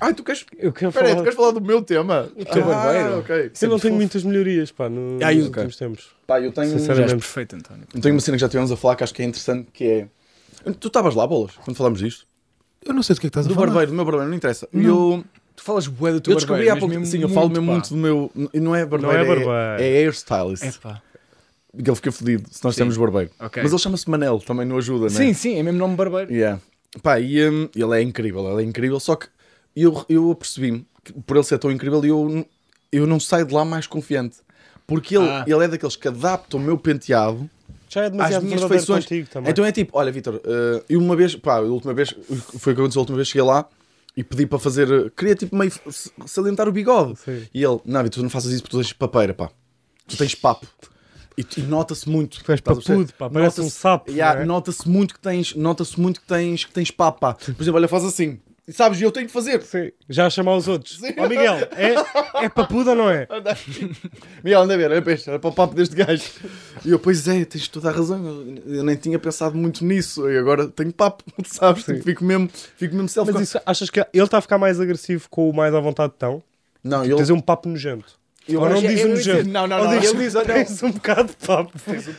D: Ai, tu queres.
A: Eu quero
D: Espera aí, tu
A: falar.
D: queres falar do meu tema? O
A: teu
D: barbeiro? Ok.
A: Eu não tenho muitas melhorias, pá, no,
D: Ah,
A: nos
D: ok.
A: últimos tempos.
D: Pá, eu tenho.
A: Sinceramente.
B: Já és perfeito, então. António.
D: Eu tenho uma cena que já tivemos a falar que acho que é interessante que é. Tu estavas lá, bolas, quando falámos disto?
C: Eu não sei do que é que estás a
D: Do
C: falar.
D: barbeiro, do meu barbeiro, não interessa. E Eu,
B: Tu falas bué do teu
D: eu descobri
B: barbeiro,
D: há
B: mas
D: pouco.
B: mesmo
D: Sim, eu falo mesmo
B: pá.
D: muito do meu. e Não é barbeiro.
A: Não é barbeiro.
D: É, hairstylist.
B: É pá.
D: Que ele fica fodido se nós
B: Sim.
D: temos barbeiro.
B: Ok.
D: Mas ele chama-se Manel, também não ajuda, não é?
B: Sim, sim, é mesmo nome barbeiro.
D: Yeah. Pá, e hum, ele é incrível, ele é incrível, só que eu, eu apercebi-me que por ele ser tão incrível eu, n- eu não saio de lá mais confiante. Porque ele,
B: Ah.
D: ele é daqueles que adapta o meu penteado
A: Já é
D: às
A: demasiado
D: minhas
A: verdadeiro
D: feições.
A: contigo também.
D: Então é tipo, olha, Vitor, eh, eu uma vez, pá, a última vez, foi o que aconteceu a última vez, cheguei lá e pedi para fazer, eh, queria tipo meio s- salientar o bigode.
A: Sim.
D: E ele, não, Vitor, tu não faças isso porque tu tens papeira, pá. Tu tens papo. E, tu- e nota-se muito.
A: Tu és
D: Estás a perceber?
A: papudo, pá, parece um
D: Nota-se-
A: sapo,
D: Yeah,
A: não é?
D: Nota-se muito que tens, nota-se muito que tens, que tens papo, pá. Por exemplo, olha, faz assim. E sabes, eu tenho que fazer.
A: Sim, já a chamar os outros. Ó Miguel, é, é papuda ou não é?
D: Miguel, anda a ver, olha para este, olha para o papo deste gajo. E eu, pois é, tens toda a razão, eu, eu nem tinha pensado muito nisso, e agora tenho papo, sabes?
A: Sim.
D: Fico mesmo, fico mesmo self
A: Mas isso, achas que ele está a ficar mais agressivo com o mais à vontade tão?
D: Não,
A: Tens
D: ele,
A: um papo nojento.
D: Eu
A: ou não
D: acho- é-
A: diz
D: eu
A: um
D: ia
A: nojento.
D: dizer, não, não,
A: Ou
D: não,
A: diz-
D: ele diz, ou não.
A: Tens um bocado de papo.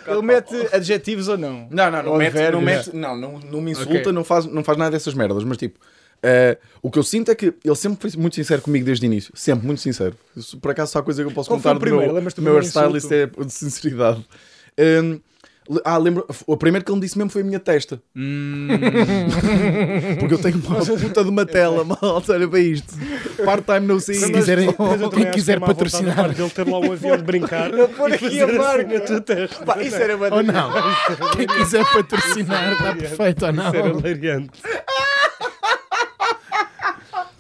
B: Ele mete adjetivos ou não?
D: Não, não, não,
B: Ou
D: mete,
B: advérbios.
D: não, mete, não, não, não me insulta,
B: Ok.
D: não, faz, não faz nada dessas merdas, mas tipo, eh, o que eu sinto é que ele sempre foi muito sincero comigo desde o início, sempre muito sincero. Isso, por acaso, só a coisa que eu posso
B: Qual foi o
D: contar
B: um primeiro?
D: do meu,
B: Lembras-te
D: do
B: do
D: meu
B: primeiro
D: hairstylist é a de sinceridade. Hum, le- ah, lembro, o primeiro que ele me disse mesmo foi a minha testa,
B: Hum.
D: porque eu tenho uma puta de uma tela, malta, olha para isto. Part-time no
C: Se
D: CI.
C: quiserem,
A: Mas eu também
C: quem
A: acho
C: quiser
A: que é má vontade da
C: patrocinar
A: parte dele ter lá o avião de brincar.
B: pôr
A: e
B: aqui
A: fazer
B: a
A: assim
B: marca.
A: na tua testa.
B: Pá, isso era bué
C: ou
B: da-
C: não, é quem quiser patrocinar está perfeito ou não.
A: Isso era
D: Oh.
A: hilariante.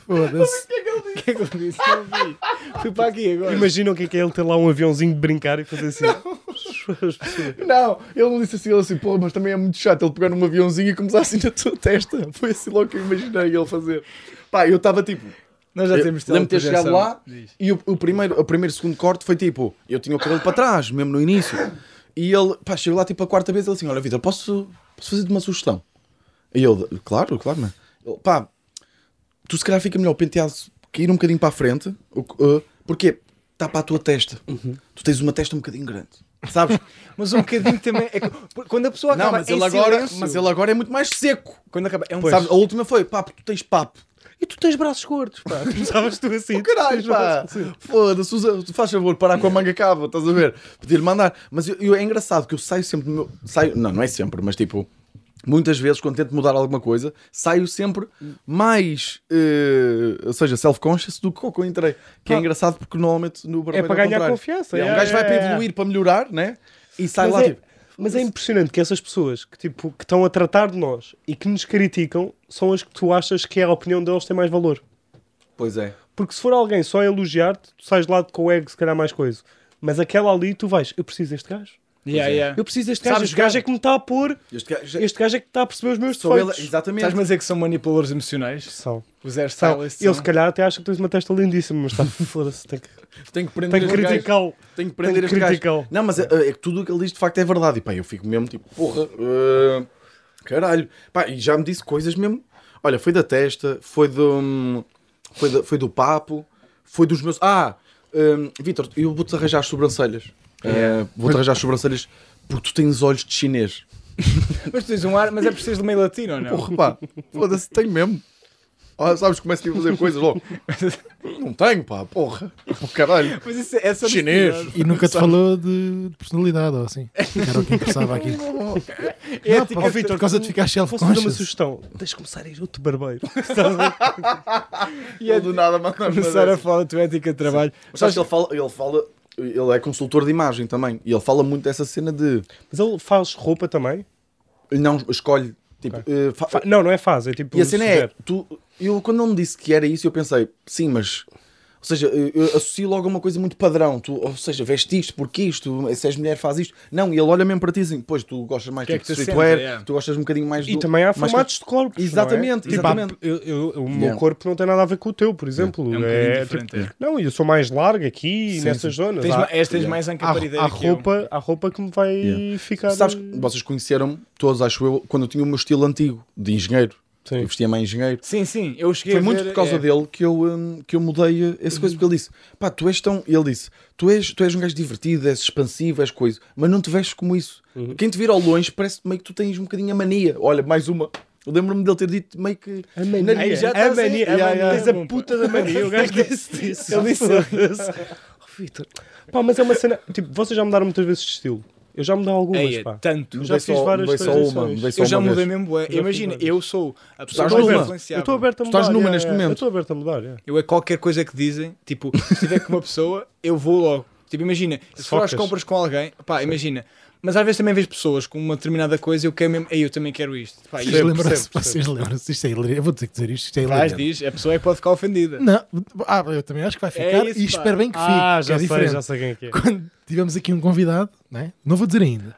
C: Foda-se.
B: O que é que ele disse? Não vi. Fui para aqui agora.
A: Imagina o que é que é ele ter lá um aviãozinho de brincar e fazer assim. As pessoas.
D: Não, ele não disse assim, ele assim, pô, mas também é muito chato ele pegar num aviãozinho e começar assim na tua testa. Foi assim logo que eu imaginei ele fazer. Pá, eu estava tipo,
B: Nós já
D: Eu
B: temos
D: Lembro-me de ter
B: teleprojeção.
D: chegado lá
B: Diz.
D: e o, o primeiro, o primeiro segundo corte foi tipo: eu tinha o cabelo para trás, mesmo no início. E ele, pá, chegou lá tipo a quarta vez. Ele assim: Olha, Vitor, posso, posso fazer-te uma sugestão? E eu, claro, claro, mano. Ele, pá, tu se calhar fica melhor penteado se cair um bocadinho para a frente, o que- eh, porque está para a tua testa.
B: Uhum.
D: Tu tens uma testa um bocadinho grande. Sabes?
B: Mas um bocadinho também. É que, por- quando a pessoa acaba
D: não, mas
B: em
D: ele, agora,
B: silêncio-
D: mas ele agora é muito mais seco.
B: Quando acaba. É um
D: Sabes? A última foi, pá, porque tu tens papo.
A: E tu tens braços gordos, pá. Pensavas tu assim.
D: Oh, caralho, pá! Foda-se, usa- faz favor, parar com a manga cava, estás a ver? Podia-lhe mandar. Mas eu, eu- é engraçado que eu saio sempre do meu. Saio, não, não é sempre, mas tipo, muitas vezes quando tento mudar alguma coisa, saio sempre mais, eh, ou seja, self-conscious do que eu entrei. Que é engraçado porque normalmente no
A: Ah. É
D: barbeiro
A: para
D: ao
A: ganhar
D: contrário.
A: confiança.
D: É,
A: é,
D: um gajo vai
A: é,
D: para
A: é.
D: evoluir, para melhorar, né? E sai
A: Mas
D: lá
A: é,
D: tipo.
A: mas é impressionante que essas pessoas que, tipo, que estão a tratar de nós e que nos criticam são as que tu achas que é a opinião deles tem mais valor.
D: Pois é.
A: Porque se for alguém só a elogiar-te, tu sais de lado com o ego, se calhar mais coisa. Mas aquela ali, tu vais, eu preciso deste gajo.
B: Yeah,
D: É.
B: yeah.
A: Eu preciso deste gajo.
B: Sabes
A: este gajo
B: jogar.
A: é que me está a pôr.
D: Este gajo.
A: Este gajo é que está a perceber os meus
D: sou ele-
A: defeitos.
D: exatamente.
B: Estás-me a dizer que são manipuladores emocionais?
A: São.
B: Os
A: São.
B: hairstylists.
A: Ele,
B: são-
A: se calhar, até acha que tens uma testa lindíssima, mas está foda-se. é? Tem que,
D: Tenho que
A: tem
D: prender
A: que
D: este gajo.
A: criticá-lo.
D: Tenho que prender
A: Tem que
D: este
A: criticá-lo.
D: gajo. Não, mas é, é que tudo o que ele diz de facto é verdade. E pá, eu fico mesmo tipo, porra, eh, caralho. Pá, e já me disse coisas mesmo. Olha, foi da testa, foi do, hum, foi, da- foi do papo, foi dos meus. Ah, hum, Vitor, eu vou-te arranjar as sobrancelhas.
B: É.
D: Eh, vou-te arranjar as sobrancelhas porque tu tens olhos de chinês.
B: Mas tu tens um ar, mas é preciso de meio latino, ou não?
D: Porra, pá, foda-se, tenho mesmo. Ah, sabes, começo a fazer coisas logo. Não tenho, pá, porra. Caralho.
B: Mas isso, essa
D: Chinês.
B: honestidade
C: E nunca te falou de de personalidade ou assim. Era o que interessava aqui.
B: É
C: Não, pá,
B: ética-
C: por causa de ficar
A: Posso dar uma
C: self-conscious.
A: sugestão? Deixa começar a ir outro barbeiro. Estás a ver?
B: e é
D: do nada mandar uma
B: começar a
D: dessas.
B: falar da tua ética de trabalho.
D: Mas sabes que ele fala, ele fala, ele é consultor de imagem também, e ele fala muito dessa cena de
A: Mas ele faz roupa também?
D: ele não escolhe, tipo, eh, fa-
A: Fa- Não, não é faz, é tipo.
D: e a cena é,
A: sugere.
D: tu, eu quando ele me disse que era isso, eu pensei, sim, mas ou seja, eu eu associo logo a uma coisa muito padrão, tu, ou seja, veste isto, porque isto, se és mulher faz isto. Não, e ele olha mesmo para ti e diz, assim, pois tu gostas mais
B: Que é
D: de tipo,
B: que te
D: streetwear,
B: senta, é.
D: tu gostas um bocadinho mais
A: E
D: do-
A: também há
D: mais-
A: formatos de corpos. não é?
D: Exatamente,
A: Tipo,
D: exatamente.
A: há- eu- eu- o meu
D: Yeah.
A: corpo não tem nada a ver com o teu, por exemplo.
B: É um bocadinho
A: É,
B: diferente,
A: tipo,
B: é.
A: Não, eu sou mais largo aqui
D: Sim,
A: nessas zonas.
B: Tens, é
A: Há,
B: ma- és, tens
D: Yeah.
B: mais
A: há-
B: anca
A: há roupa, há roupa que me vai
D: Yeah.
A: ficar.
D: Tu sabes, que vocês conheceram todos, acho eu, quando eu tinha o meu estilo antigo de engenheiro,
A: Sim.
D: eu vestia mais engenheiro.
B: Sim, sim, eu cheguei
D: Foi
B: a
D: muito
B: ver,
D: por causa
B: é,
D: dele que eu, hum, que eu mudei uh, essa coisa, porque ele disse: pá, tu és tão. Ele disse: tu és, tu és um gajo divertido, és expansivo, és coisa, mas não te vestes como isso.
B: Uhum.
D: Quem te vir ao longe parece meio que tu tens um bocadinho a mania. Olha, mais uma. Eu lembro-me dele ter dito meio que.
A: A mania.
B: Aí já
A: a
B: estás a-
A: mania, a
B: Yeah,
A: mania.
B: yeah.
A: Tens a puta da mania. O gajo disse isso. Ele disse isso. Oh, Vitor. Pá, mas é uma cena. Tipo, vocês já mudaram muitas vezes de estilo. Eu já mudei algumas,
B: Ei, é
A: pá.
B: tanto.
A: Eu
D: Mudei
A: já fiz
D: só-
A: várias
D: mudei só
A: transições.
D: uma, mudei só
B: Eu já
D: uma
B: mudei
D: vez.
B: mesmo. bué.
A: Já
B: Imagina,
A: fui
B: eu sou a pessoa
D: estás
B: mais
D: numa.
A: Eu
B: influenciável.
A: estou aberto a
D: Tu
A: mudar.
D: estás numa
A: yeah,
D: neste
A: yeah. Eu
D: momento.
A: estou aberto a mudar. yeah.
B: Eu é qualquer coisa que dizem, tipo, se estiver com uma pessoa, eu vou logo. Tipo, imagina, se for às
A: Focas.
B: compras com alguém, pá, imagina. Mas às vezes também vejo pessoas com uma determinada coisa e eu quero mesmo, ei, eu também quero isto. Pá,
C: Vocês
B: e
C: lembram-se,
A: percebo,
C: vocês lembram-se, isto é hilariante. Eu vou ter que dizer isto, isto é
B: faz,
C: hilariante.
B: diz, a pessoa é que pode ficar ofendida.
C: Não, ah, eu também acho que vai ficar
B: isso,
C: e
B: pá.
C: espero bem que fique.
A: É Ah,
C: que
A: já
C: é
A: sei,
C: diferente.
A: já sei quem é que é.
C: Quando tivemos aqui um convidado, né? não vou dizer ainda,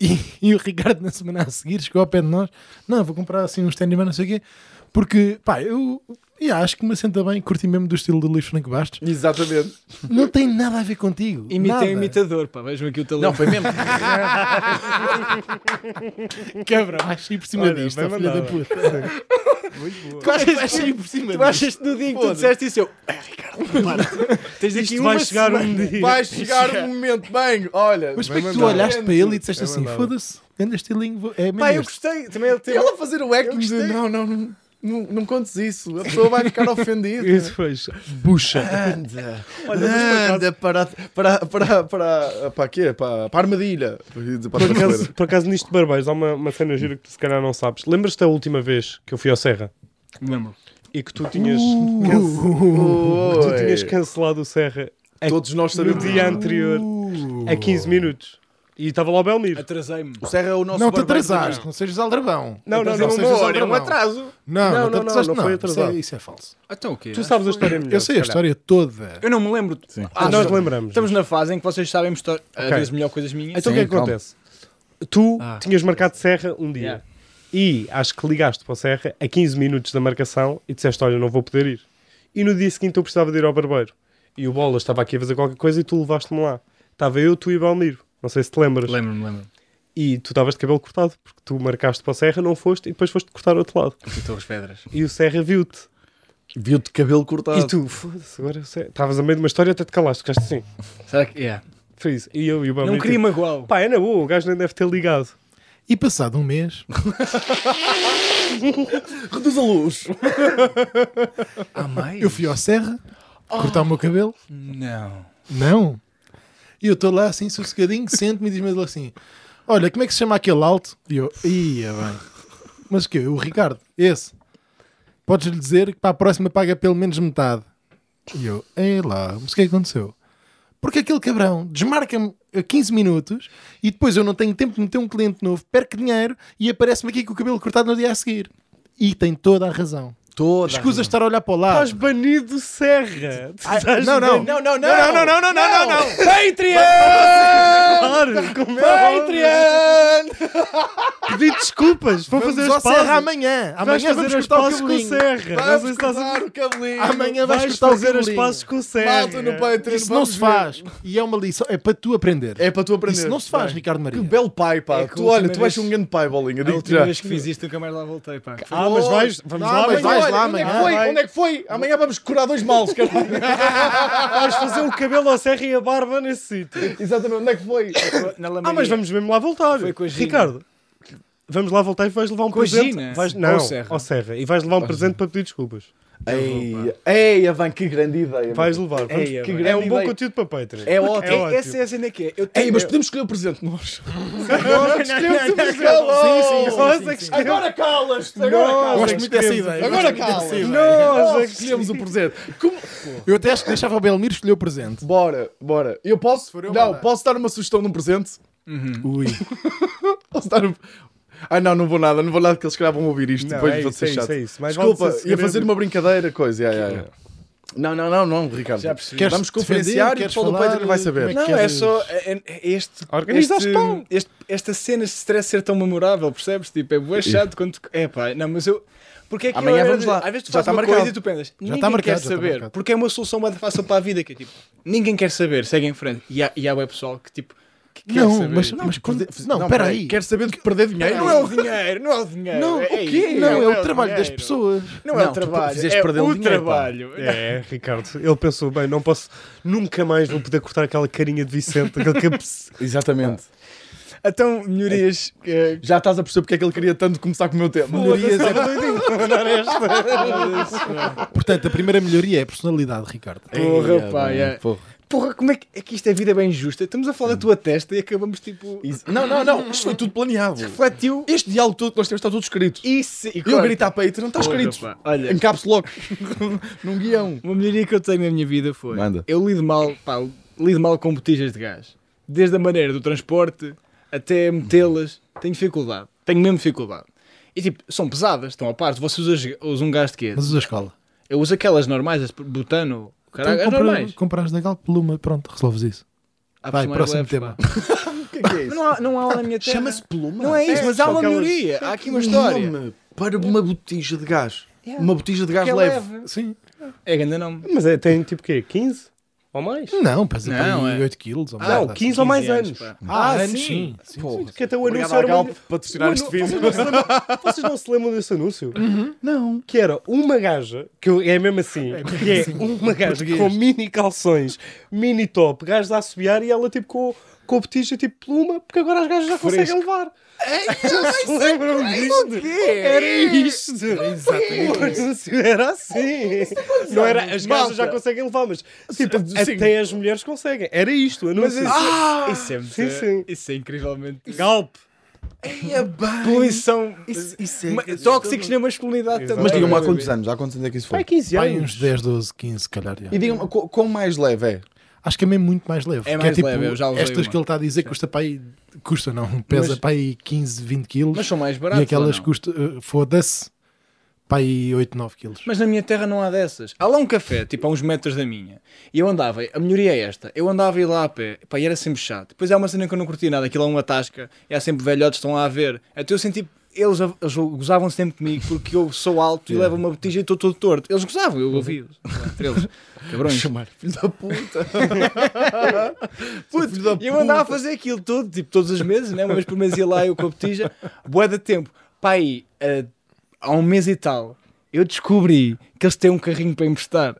C: e, e o Ricardo na semana a seguir chegou ao pé de nós, não, vou comprar assim um standman, não sei o quê, porque, pá, eu e acho que me assenta bem, curti mesmo do estilo do Luís Franco Bastos,
D: Exatamente.
C: não tem nada a ver contigo.
B: Imita
C: nada.
B: um imitador, pá, vejam aqui o talento.
D: Não, foi mesmo.
C: Quebra, vais sair por cima
A: Olha,
C: disto,
A: bem
C: ó, filha da
A: mandado.
C: puta.
B: tu achas, vais sair por cima Tu achas que no dia em que tu disseste isso, eu, "Ah, Ricardo, para. Tens aqui
A: Isto
B: uma
A: vai chegar
B: semana.
A: um dia.
D: Vai chegar um momento, bem, olha.
C: Mas como
D: bem
C: é que tu
D: mandado.
C: olhaste para ele e disseste assim,
A: mandado.
C: foda-se, grande estilinho, vou- é mesmo
B: Pá, Ah, eu
C: este.
B: gostei. Também ele teve...
D: Ele a fazer o acting de
B: gostei.
D: não, não, não, não, não contes isso, a pessoa vai ficar ofendida.
A: Isso fez. Bucha.
C: Ah,
D: Anda,
A: Olha, mas É. por acaso-
D: é. anda para, para, para, para, para, quê? para, para a armadilha. Eu ia dizer Para a
A: Por acaso,
D: traileira.
A: por acaso nisto de barbeiros, há uma, uma cena gira que tu se calhar não sabes. Lembras-te da última vez que eu fui ao Serra
B: Lembro.
A: e que tu tinhas,
D: Oi. É
A: tu tinhas cancelado o Serra
D: Todos nós
A: no
D: sabemos.
A: dia anterior a 15 minutos e estava lá o Belmiro.
B: Atrasei-me.
D: O Serra é o nosso
C: Não te
D: barbeiro
C: atrasaste, não sejas aldrabão.
A: Não, não,
C: Não
A: não. um
C: sejas aldrabão.
B: atraso.
A: Não,
C: Não, não,
A: não,
C: te
A: não,
C: atrasaste,
A: não
C: não,
A: foi
C: Isso,
A: atrasado.
C: é, isso é falso.
B: Então o quê?
A: Tu sabes a história melhor.
C: Eu sei a
A: se calhar.
C: história toda.
B: Eu não me lembro. Ah,
A: Ah, nós lembramos.
B: Estamos na fase em que vocês sabem história, às
A: Ok.
B: vezes melhor coisas minhas.
A: Então o que é que
D: calma.
A: acontece? Tu
B: Ah.
A: tinhas marcado Serra um dia
B: Yeah.
A: e acho que ligaste para o Serra a 15 minutos da marcação e disseste: Olha, não vou poder ir. E no dia seguinte eu precisava de ir ao barbeiro. E o Bolas estava aqui a fazer qualquer coisa e tu levaste-me lá. Estava eu, tu e Balmiro. Não sei se te lembras.
B: Lembro-me, lembro-me.
A: E tu estavas de cabelo cortado, porque tu marcaste para o Serra, não foste e depois foste cortar ao outro lado.
B: Estou as pedras.
A: E o Serra viu-te.
D: Viu-te cabelo cortado.
A: E tu, foda-se, agora eu sei. estavas a meio de uma história até te calaste, ficaste assim.
B: Será que. Yeah.
A: Foi isso. E eu e o Bambi.
B: Não queria
A: tipo,
B: magoá-lo.
A: Pá, é na boa, o gajo nem deve ter ligado.
C: E passado um mês,
D: Reduz a luz.
B: Ah, mais?
C: eu fui ao Serra cortar o meu cabelo.
B: Não.
C: Não. E eu estou lá assim, sossegadinho, sento-me e diz-me ele assim: Olha, como é que se chama aquele alto? E eu, ia bem. Mas que O Ricardo, esse. Podes-lhe dizer que para a próxima paga pelo menos metade. E eu, ei lá, mas o que é que aconteceu? Porque aquele cabrão desmarca-me a 15 minutos e depois eu não tenho tempo de meter um cliente novo, perco dinheiro e aparece-me aqui com o cabelo cortado no dia a seguir. E tem toda a razão.
D: Toda.
C: Escusa de estar a olhar para o lado.
A: Estás banido do Serra. Tu estás
C: não, não.
A: banido.
B: não, não, não, não, não, não, não, não. Patreon!
A: Claro, como é óbvio. Pedi desculpas. Vou
C: Vamos
A: fazer
C: ao
A: as pazes.
C: Serra amanhã.
A: Vais fazer
C: Amanhã vamos
A: as
C: cortar o
A: pazes com o
C: cabelinho.
A: Serra. Não sei
D: Vamos
A: se estás a-
D: cortar o
B: é
D: cabelinho.
C: Amanhã vais,
A: Vais
C: cortar o
A: fazer as
C: cabelinho.
A: pazes com o
B: um
A: Serra.
D: Malta no Patreon.
C: Isso não
D: vamos
C: se
D: ver.
C: faz. E é uma lição. É para tu aprender.
D: É para tu aprender.
C: Isso não se faz,
D: Bem.
C: Ricardo Maria.
D: Que belo pai, pá.
B: É que a
D: tu, olha,
B: última
D: tu és
B: vez-
D: um grande pai, bolinha.
B: A
D: Digo
B: última
D: já.
B: vez que fiz isto, nunca mais lá voltei, pá.
A: Ah, mas vais, vamos
C: Não,
A: lá, mas
C: mas vais
D: Olha,
C: lá
D: onde é que
C: amanhã.
D: foi?
A: Vai.
D: Onde é que foi? Amanhã vamos curar dois males, caralho.
A: vais fazer o cabelo ao Serra e a barba nesse sítio.
D: Exatamente, onde é que foi?
B: Na lamaria.
A: Ah, mas vamos mesmo lá voltar.
B: Foi com a Gina.
A: Ricardo, vamos lá voltar e vais levar um
B: Com a
A: presente.
B: Gina?
A: Vais...
B: Ou
A: Não,
B: ao Serra?
A: ao Serra. E vais levar um presente para pedir desculpas.
D: Ei, ei, Avan, que grande ideia.
A: Vais
D: meu.
A: levar. Vamos-
B: Ei,
A: que
B: é
A: é um
D: bem.
A: bom conteúdo para Patreon.
D: É ótimo.
A: ótimo.
B: Essa é a cena que é. Eu
D: Ei,
B: tenho-
D: mas podemos escolher o presente nós.
A: Nós é que escolhemos.
D: Agora calas-te, agora
A: Nós
D: calas
C: Gosto
A: é que
C: muito dessa
A: escolhemos.
C: ideia.
D: Agora
C: Gosto muito dessa
D: cala.
C: ideia.
D: Nós é que escolhemos o presente. Como-
C: Eu até acho que deixava o Belmiro escolher o presente.
D: Bora, bora. Eu posso?
C: for eu,
D: não,
C: vai lá.
D: posso dar uma sugestão de um presente?
C: Ui.
D: Posso dar um... Ai não, não vou nada, não vou nada que eles calhar vão ouvir isto.
A: Não,
D: Depois
A: é
D: vou
A: isso,
D: ser
A: é isso,
D: chato.
A: é isso. Mais vale
D: Desculpa,
A: ser
D: ia
A: segredo.
D: fazer uma brincadeira, coisa. Ya, ya, ya. Não, não, não, não, Ricardo.
B: Já percebi.
C: Queres
D: Vamos
C: defender?
D: conferenciar e o
C: Queres
D: pessoal do
C: falar?
D: Patreon vai
C: Como
D: saber.
C: que
B: Não, é
C: queres-
B: só é- é- este,
A: Organiza
B: este,
A: as pão.
B: este- esta cena de stress ser tão memorável, percebes? Tipo, é bué chato quando tu- é pá, não, mas eu porque é que
D: Amanhã
B: eu era
D: vamos
B: de-
D: lá.
B: Às vezes tu
D: Já
B: fazes
D: está
B: uma
D: marcado.
B: coisa e tu pensas, ninguém
C: marcado,
B: quer
C: já está
B: saber,
C: marcado.
B: porque é uma solução bem fácil para a vida que é tipo, ninguém quer saber, segue em frente. E há, e há bué pessoal que tipo que quer
C: Não,
B: saber.
C: mas, mas quando... Não,
D: peraí,
C: peraí.
D: Quero saber de que perder dinheiro.
B: não é o dinheiro, não é o dinheiro.
C: Não,
B: é,
C: o quê?
B: isso,
C: Não, é o trabalho
B: dinheiro.
C: das pessoas.
B: Não é
D: Não,
B: o
D: tu
B: trabalho,
D: fizeste
B: é
D: perder
B: o
D: um dinheiro, pá.
B: trabalho.
A: É, Ricardo, ele pensou bem, não posso, nunca mais vou poder cortar aquela carinha de Vicente, aquele cabeça.
D: Exatamente.
B: Então, melhorias eh,
D: Já estás a perceber porque é que ele queria tanto começar com o meu tema.
C: Melhorias é-
B: todas,
C: Portanto, a primeira melhoria é a personalidade, Ricardo.
B: Porra, pá,
D: mano,
B: é.
D: porra.
B: Porra, como é que, é que isto é vida bem justa? Estamos a falar da tua testa e acabamos tipo.
D: Isso- Não, não, não. Isto foi tudo planeado.
B: Refletiu.
D: Este diálogo todo que nós temos está tudo escrito.
B: Isso. E
D: Eu
B: corta.
D: grito à peito, não está
B: Porra,
D: escrito.
B: pá, Olha,
D: Em caps lock. Num guião.
B: uma melhoria que eu tenho na minha vida foi.
D: Manda.
B: Eu lido mal, pá, lido mal com botijas de gás. Desde a maneira do transporte até metê-las, tenho dificuldade. Tenho mesmo dificuldade. E tipo, são pesadas, estão à parte. Você usa, usa um gás de quê?
C: Mas usa a escola.
B: Eu uso aquelas normais, as butano.
C: Então,
B: Caralho, as
C: compra-
B: normais. Ah, é
C: Compras da Gal Pluma, pronto, resolves isso.
B: Há
C: Vai,
B: pessoas mais
C: próximo
B: leves,
C: tema.
B: pá.
D: O que é que é
B: Não há, não há lá na minha terra.
D: Chama-se pluma.
B: Não é isso,
A: É,
B: mas há
A: são
B: uma
A: aquelas-
B: melhoria. Há aqui uma
D: Um
B: história.
D: nome para uma botija de gás.
B: Yeah.
D: Uma botija de gás leve.
C: Sim.
B: É grande nome.
A: Mas é, tem tipo o quê? 15? Ou mais?
C: Não, pesa
B: Não,
C: para
B: é.
C: 8 quilos. ou
B: Ah,
C: merda
A: Não,
C: assim.
A: 15 ou mais anos.
C: Ah,
B: é
D: Ah,
C: anos,
D: sim.
C: sim. sim.
A: Que até o
D: Obrigado
A: anúncio
D: à
A: era uma...
D: Galp por patrocinar
A: Mano,
D: este
A: vocês,
D: vídeo.
A: não se lembram- vocês não se lembram desse anúncio?
D: Não.
A: Que era uma gaja, que eu- é mesmo assim, que é uma gaja com mini calções, mini top, gajas a assobiar e ela tipo com, com a botija tipo pluma, porque agora as gajas já conseguem levar. Não se lembram disto?
D: é
A: Era isto! O anúncio era assim!
D: é
A: Não era, as gajas já conseguem levar, mas tipo,
D: Sim.
A: até as mulheres conseguem. Era isto, o anúncio.
B: Isso é muito-
A: Sim, sim.
B: Isso é incrivelmente.
A: Galp!
B: Poluição.
D: Isso
B: Ma- Tóxicos na é masculinidade também.
D: Mas digam-me há
B: Bem,
D: quantos
B: bem,
D: anos? Há quantos anos é que isso
A: Pai,
D: foi?
A: 15
C: Pai,
A: anos.
C: uns 10, 12, 15, se calhar. já.
D: E digam-me, co- quão mais leve é?
C: Acho que é mesmo muito mais leve.
B: É
C: porque
B: mais leve, eu já usei
C: Estas
B: uma.
C: que ele está a dizer custa para aí. Custa não, pesa
B: Mas-
C: para aí 15, 20 quilos.
B: Mas são mais
C: e
B: baratos.
C: aquelas
B: ou não?
C: custa. eh, Foda-se. Para aí 8, 9 quilos.
B: Mas na minha terra não há dessas. Há lá um café, tipo a uns metros da minha. E eu andava, a melhoria é esta. Eu andava e lá a pé, pá, e era sempre chato. Depois há uma cena que eu não curti nada, aquilo é uma tasca, e há sempre velhotes que estão lá a ver. Até eu senti. Eles, eles gozavam sempre comigo porque eu sou alto e levo uma botija e estou todo torto. Eles gozavam, eu ouvi-os. Entre eles, cabrões.
D: Chamar. Filho da puta.
B: Puto, e eu andava a fazer aquilo todo, tipo, todos os meses, né? Uma vez por eh, mês ia lá eu com a botija, bué de tempo. Pá, aí, ah, há um mês e tal, eu descobri que eles têm um carrinho para emprestar.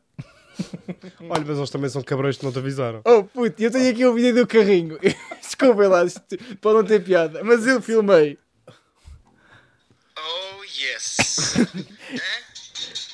A: Olha, mas eles também são cabrões que não te avisaram.
B: Oh puto, eu tenho aqui o vídeo do carrinho. Desculpem lá, isto pode não ter piada, mas eu filmei.
F: Oh yes. Hã?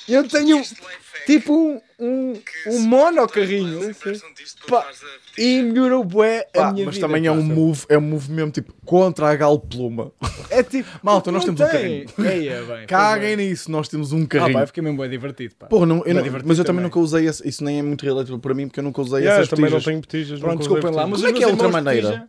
B: Eu tenho
F: Este life hack
B: tipo um, um,
F: que
B: um
F: se
B: mono
F: tu
B: carrinho
F: fazes a versão disto para
B: Pá,
F: usares a pedir.
B: e melhorou bué a
D: Pá,
B: minha
D: mas
B: vida.
D: também é um move, é um move mesmo tipo contra a galpluma.
B: É tipo,
D: Malta, nós
B: não
D: temos um
B: tem. Ei, é bem.
D: Caguem nisso, nós temos um
B: Ah,
D: carrinho.
B: pá, eu fiquei mesmo bem divertido, pá.
D: Porra, não, eu não-
B: divertido
D: mas eu
B: também.
D: também nunca usei esse, isso nem é muito relativo para mim porque eu nunca usei
A: Yeah, eu
D: essas
A: também não
D: botijas.
A: tenho petijas.
B: Pronto,
A: nunca usei
B: desculpem lá,
A: petijas.
B: mas
D: Como é
B: os
D: que é
B: meus
D: outra
B: irmãos de
D: maneira?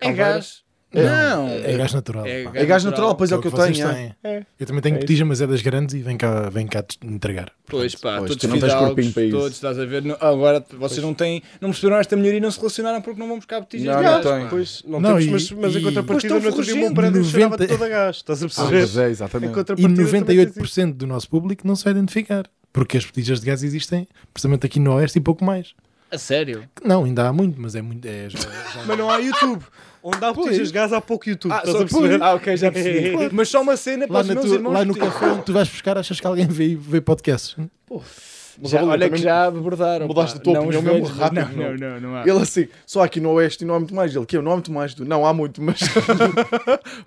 B: Tija É gás. Não.
C: É gás natural. pá.
D: É gás natural, pois é o que eu
C: vocês
D: tenho. é.
C: têm. Eu também tenho petija, mas é das grandes e vem cá, vem cá te entregar.
B: Pois pá,
D: Pois,
B: todos
D: tu não tens
B: fidalgos,
D: corpinho para isso.
B: todos, estás a ver. Não- agora vocês não têm, não perceberam esta melhoria e não se relacionaram porque não vão buscar botijas
D: Não,
B: de
D: não
B: É gás,
D: tenho.
B: pá.
A: Pois, não,
C: Não,
A: temos,
C: e-
A: mas, mas em
C: e-
A: contrapartida,
B: Pois
A: no
B: estão
A: outro dia o meu
B: ferruginos,
A: prédio
C: 90.
A: cheirava todo a gás. Estás a
D: Ah,
A: perceber?
D: mas é,
A: Em
D: exatamente.
C: E
A: contrapartida também tens isso.
C: 98% do nosso público não se vai identificar. Porque as petijas de gás existem precisamente aqui no Oeste e pouco mais.
B: A sério?
C: Que Não, ainda há muito, mas é muito. É, já- já-
A: Mas não há YouTube. Onde há petijas de gás, há pouco YouTube.
B: Ah,
A: Estás
B: só
A: a perceber?
B: Ah, ok, já percebi.
A: Claro.
B: Mas só uma cena para
C: lá
B: os
C: na
B: meus
C: tua-
B: irmãos.
C: lá no
B: de Tija.
C: café onde tu vais buscar, achas que alguém vê, vê podcasts?
D: Mas,
B: Já-
D: olha,
B: olha que
D: também-
B: já abordaram.
D: mudaste
B: pá.
D: a tua
B: Não,
D: opinião
B: os
D: mesmo
B: velhos,
D: rápido,
B: Não,
D: não.
B: não, não, não há.
D: Ele assim, só aqui no Oeste e não há muito mais. Ele que eu, não há muito mais. Tu, Não há muito, mas.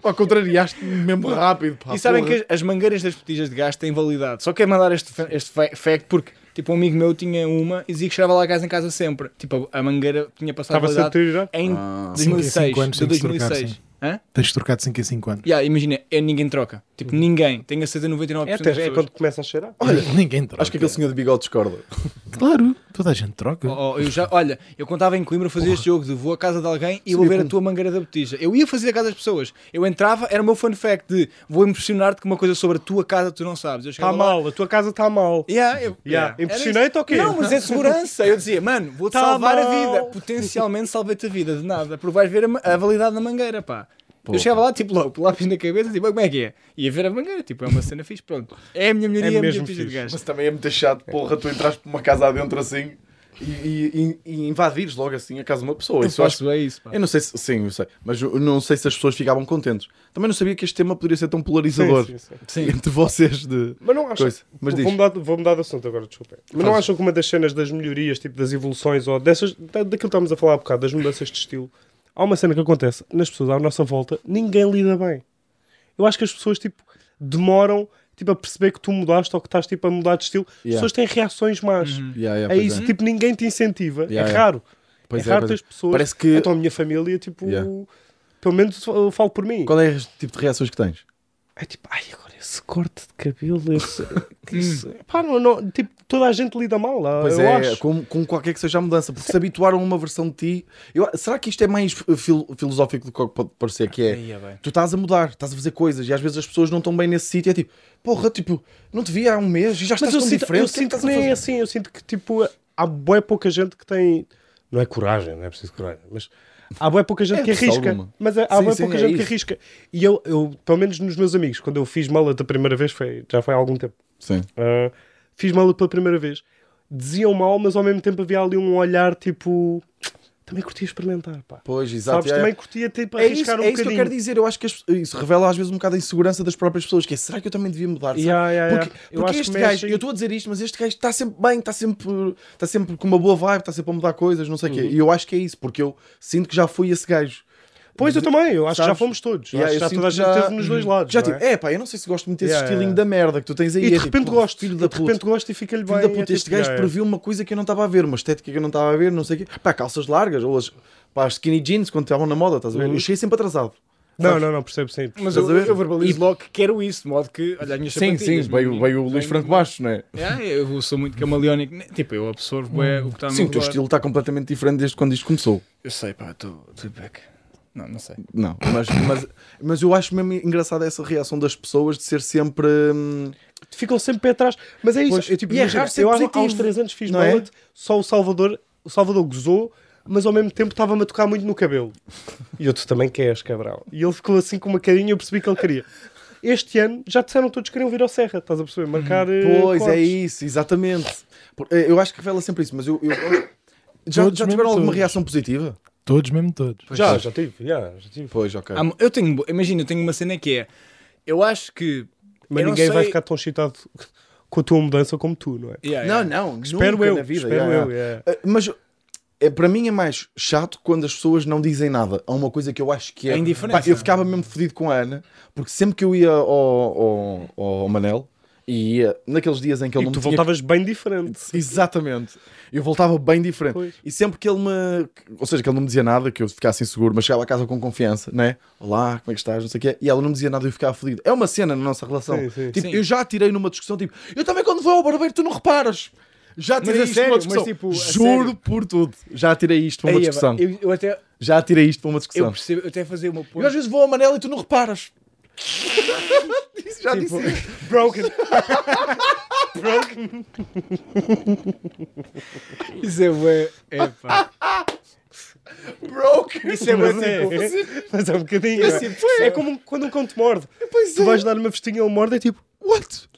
D: pá, contrariaste-me mesmo rápido. Pá,
B: E sabem
D: porra.
B: que as, as mangueiras das botijas de gás têm validade. Só quero mandar este, fa- este fa- fact porque, tipo, um amigo meu tinha uma e dizia que cheirava lá gás em casa sempre. Tipo, a, a mangueira tinha passado
A: Estava
B: validade
A: sempre a ir já?
B: em
D: Ah.
C: Cinco em
B: 2006.
C: cinco anos
B: de
C: tem que se trocar,
B: 2006.
C: sim.
B: Hã?
C: Tens de trocar de 5 em 5 anos.
B: Yeah, imagina, é, ninguém troca. Tipo, ninguém. Tenho a certeza 99%
A: É
B: das pessoas.
A: até é quando começa a cheirar.
C: Ninguém troca.
D: Acho que aquele senhor de bigode discorda.
C: Claro, toda a gente troca.
B: Oh, oh, eu já, olha, eu contava em Coimbra fazer este jogo de vou à casa de alguém e vou ver a tua mangueira da botija. Eu ia fazer a casa das pessoas. Eu entrava, era o meu fun fact de vou impressionar-te com uma coisa sobre a tua casa que tu não sabes. Eu
A: Está
B: chegava lá-
A: Tá mal, a tua casa está mal.
B: Yeah, eu-
A: Yeah.
B: Era
A: Impressionante
B: isso.
A: ou quê?
B: Não, mas é segurança. Eu dizia, mano, vou-te
A: Tá
B: salvar a
A: mal.
B: vida. Potencialmente salvei-te a vida, de nada. Porque vais ver a, ma- a validade da mangueira, pá. Eu chegava lá, tipo, logo, lápis na cabeça, tipo, "Ah, como é que é? Ia ver a mangueira, tipo, é uma cena fixe, pronto. É a minha melhoria, é a minha
A: mesmo
B: pista de
A: fixe.
B: gás.
D: Mas também é muito chato, porra, tu entras por uma casa adentro assim e, e- e- e invadires logo assim a casa de uma pessoa.
B: Eu
D: Isso eu acho-
B: faço é isso, pá.
D: Eu não sei se. Sim, eu sei. Mas eu não sei se as pessoas ficavam contentes. Também não sabia que este tema poderia ser tão polarizador
A: Sim, sim, sim.
D: entre vocês de.
A: Mas não acho.
D: Coisa. Mas diz.
A: vou, mudar, vou mudar de assunto agora, desculpem. Mas não acham que uma das cenas das melhorias, tipo das evoluções ou dessas, da- daquilo que estamos a falar há bocado, das mudanças de estilo, há uma cena que acontece nas pessoas à nossa volta, ninguém lida bem. Eu acho que as pessoas, tipo, demoram tipo, a perceber que tu mudaste ou que estás tipo, a mudar de estilo. As
D: Yeah.
A: pessoas têm reações más.
D: Yeah, yeah,
A: É
D: pois
A: isso, tipo, ninguém te incentiva.
D: Yeah,
A: é
D: yeah.
A: raro.
D: Pois
A: é
D: é,
A: raro
D: pois
A: das
D: é.
A: pessoas.
D: Parece que-
A: Então a minha família, tipo,
D: Yeah.
A: pelo menos eu falo por mim.
D: Qual é o tipo de reações que tens?
A: É tipo, ai, agora esse corte de cabelo, esse. que isso- Pá, não, não, tipo, toda a gente lida mal lá.
D: Pois
A: Ah, eu
D: é,
A: acho.
D: com, com qualquer que seja a mudança, porque se habituaram a uma versão de ti. Eu- será que isto é mais fil- filosófico do que pode parecer? Que é,
B: Aí é bem.
D: tu estás a mudar, estás a fazer coisas e às vezes as pessoas não estão bem nesse sítio. É tipo, porra, tipo, não te vi há um mês e já
A: Mas
D: estás
A: eu
D: tão
A: sinto,
D: diferente.
A: eu
D: o que é que
A: sinto
D: estás
A: que
D: a
A: nem é
D: fazer?
A: assim. Eu sinto que, tipo, há bué pouca gente que tem. Não é coragem, não é preciso coragem, mas há bué pouca gente
D: É,
A: que
D: preciso
A: arrisca.
D: alguma.
A: Mas há
D: Sim,
A: bué
D: sim,
A: pouca
D: é
A: gente que
D: isso.
A: arrisca. E eu, eu, pelo menos nos meus amigos, quando eu fiz mala da primeira vez, foi, já foi há algum tempo.
D: Sim.
A: Uh, fiz mal pela primeira vez. Diziam mal, mas ao mesmo tempo havia ali um olhar tipo. Também curtia experimentar, pá.
D: Pois, exato.
A: Sabes,
D: é-
A: também curtia tipo,
D: É isso,
A: arriscar um
D: é isso que eu
A: bocadinho.
D: quero dizer. Eu acho que as- isso revela às vezes um bocado a insegurança das próprias pessoas. Que é, será que eu também devia mudar? Será-
A: Yeah, yeah, yeah.
D: Porque,
A: Eu
D: porque
A: acho
D: este
A: que
D: gajo,
A: mexe-
D: eu estou a dizer isto, mas este gajo está sempre bem, está sempre, está sempre com uma boa vibe, está sempre a mudar coisas, não sei o
A: Uhum.
D: quê. E eu acho que é isso, porque eu sinto que já fui esse gajo.
A: Pois eu também, eu acho que já
D: Sabes?
A: fomos todos. Eu
D: Yeah,
A: acho
D: eu
A: que já
D: sinto
A: toda a
D: que
A: gente
D: já-
A: teve nos dois lados.
D: Já
A: não é?
D: tipo, é pá, eu não sei se gosto muito desse
A: Yeah,
D: estilinho
A: yeah.
D: da merda que tu tens aí.
A: E
D: é
A: de
D: tipo,
A: repente
D: pô,
A: gosto.
D: Filho
A: Filho
D: da
A: de repente
D: puta.
A: gosto e fica-lhe bem.
D: Filho da
A: é
D: puta,
A: tipo,
D: este gajo
A: yeah,
D: previu uma coisa que eu não estava a ver, uma estética que eu não estava a ver, não sei o quê. Pá, calças largas, ou as pá, as skinny jeans quando estavam na moda, estás a ver? Eu cheguei sempre atrasado.
A: é. Não, não, não, percebo sim. percebo.
B: Mas
D: Estás
B: eu,
D: a ver?
B: eu verbalizo logo que quero isso, de modo que, olha, as minhas sapatilhas, meu amigo. é? Bem-
D: Bastos, não é?
B: É, eu sou muito camaleónico. né? Tipo, eu absorvo é, o que está a
D: Sim, o teu estilo está completamente diferente desde quando isto começou.
B: Eu sei, pá, estou back. Não, não sei.
D: Não, mas, mas, mas eu acho mesmo engraçada essa reação das pessoas de ser sempre. hum,
A: Ficam sempre pé atrás. Mas é isso.
D: Pois,
A: eu, tipo,
D: e é
A: imagina,
D: raro ser
A: eu há- há uns
D: positivo,
A: 3 anos fiz
D: não é?
A: mullet, só o Salvador, o Salvador gozou, mas ao mesmo tempo estava-me a tocar muito no cabelo. E eu, tu também queres, cabrão. E ele ficou assim com uma carinha e eu percebi que ele queria. Este ano já disseram todos que queriam vir ao Serra, estás a perceber? Marcar. eh,
D: Pois é
A: cortes.
D: isso, exatamente. Por- eh, Eu acho que revela sempre isso, mas eu. eu- eu- já,
C: Todos
D: já
C: mesmo
D: tiveram alguma
C: todos.
D: reação positiva?
C: Todos, mesmo todos.
A: Já, já tive, já, já tive.
D: Pois, ok.
B: Há- Eu tenho, imagina, eu tenho uma cena que é. Eu acho que.
A: Mas
B: eu não
A: ninguém
B: sei-
A: vai ficar tão excitado com a tua mudança como tu, não é?
B: Yeah,
D: Não,
B: yeah.
D: não,
A: Espero
D: nunca
A: eu,
D: na vida.
A: espero
D: yeah,
A: eu.
D: yeah.
A: yeah.
D: Ah, Mas é, para mim é mais chato quando as pessoas não dizem nada. Há uma coisa que eu acho que é.
B: A indiferença.
D: Pá, eu ficava mesmo fodido com a Ana, porque sempre que eu ia ao, ao, ao Manel, e ia naqueles dias em que
A: E
D: ele não
A: tu
D: me tinha
A: voltavas bem diferente.
D: Exatamente. Eu voltava bem diferente.
A: Pois.
D: E sempre que ele me. Ou seja, que ele não me dizia nada, que eu ficasse inseguro, mas chegava a casa com confiança, né? Olá, como é que estás? Não sei o quê. E ela não me dizia nada e eu ficava fodido. É uma cena na nossa relação.
A: Sim, sim.
D: Tipo,
B: Sim.
D: eu já tirei numa discussão, tipo, eu também quando vou ao barbeiro tu não reparas. Já tirei
B: a
D: isto
B: sério,
D: numa
B: mas
D: discussão.
B: tipo, a
D: Juro
B: sério.
D: por tudo. Já tirei isto para uma
B: Ei, Eva,
D: discussão.
B: eu, eu até,
D: Já tirei isto para uma
B: eu
D: discussão.
B: percebo, eu até fazia uma
D: Eu,
B: ponte.
D: às vezes vou ao amarelo e tu não reparas. Isso já
B: Tipo,
D: disse.
A: Broken.
B: Isso é bué. Epá.
D: Broken.
B: Isso é bué
A: Mas
B: tipo.
A: é, mas é um bocadinho. não é?
B: Essa impressão.
A: É como quando um cão te morde.
D: Pois
A: Tu
D: é.
A: vais dar uma festinha ele morde é tipo,
D: What?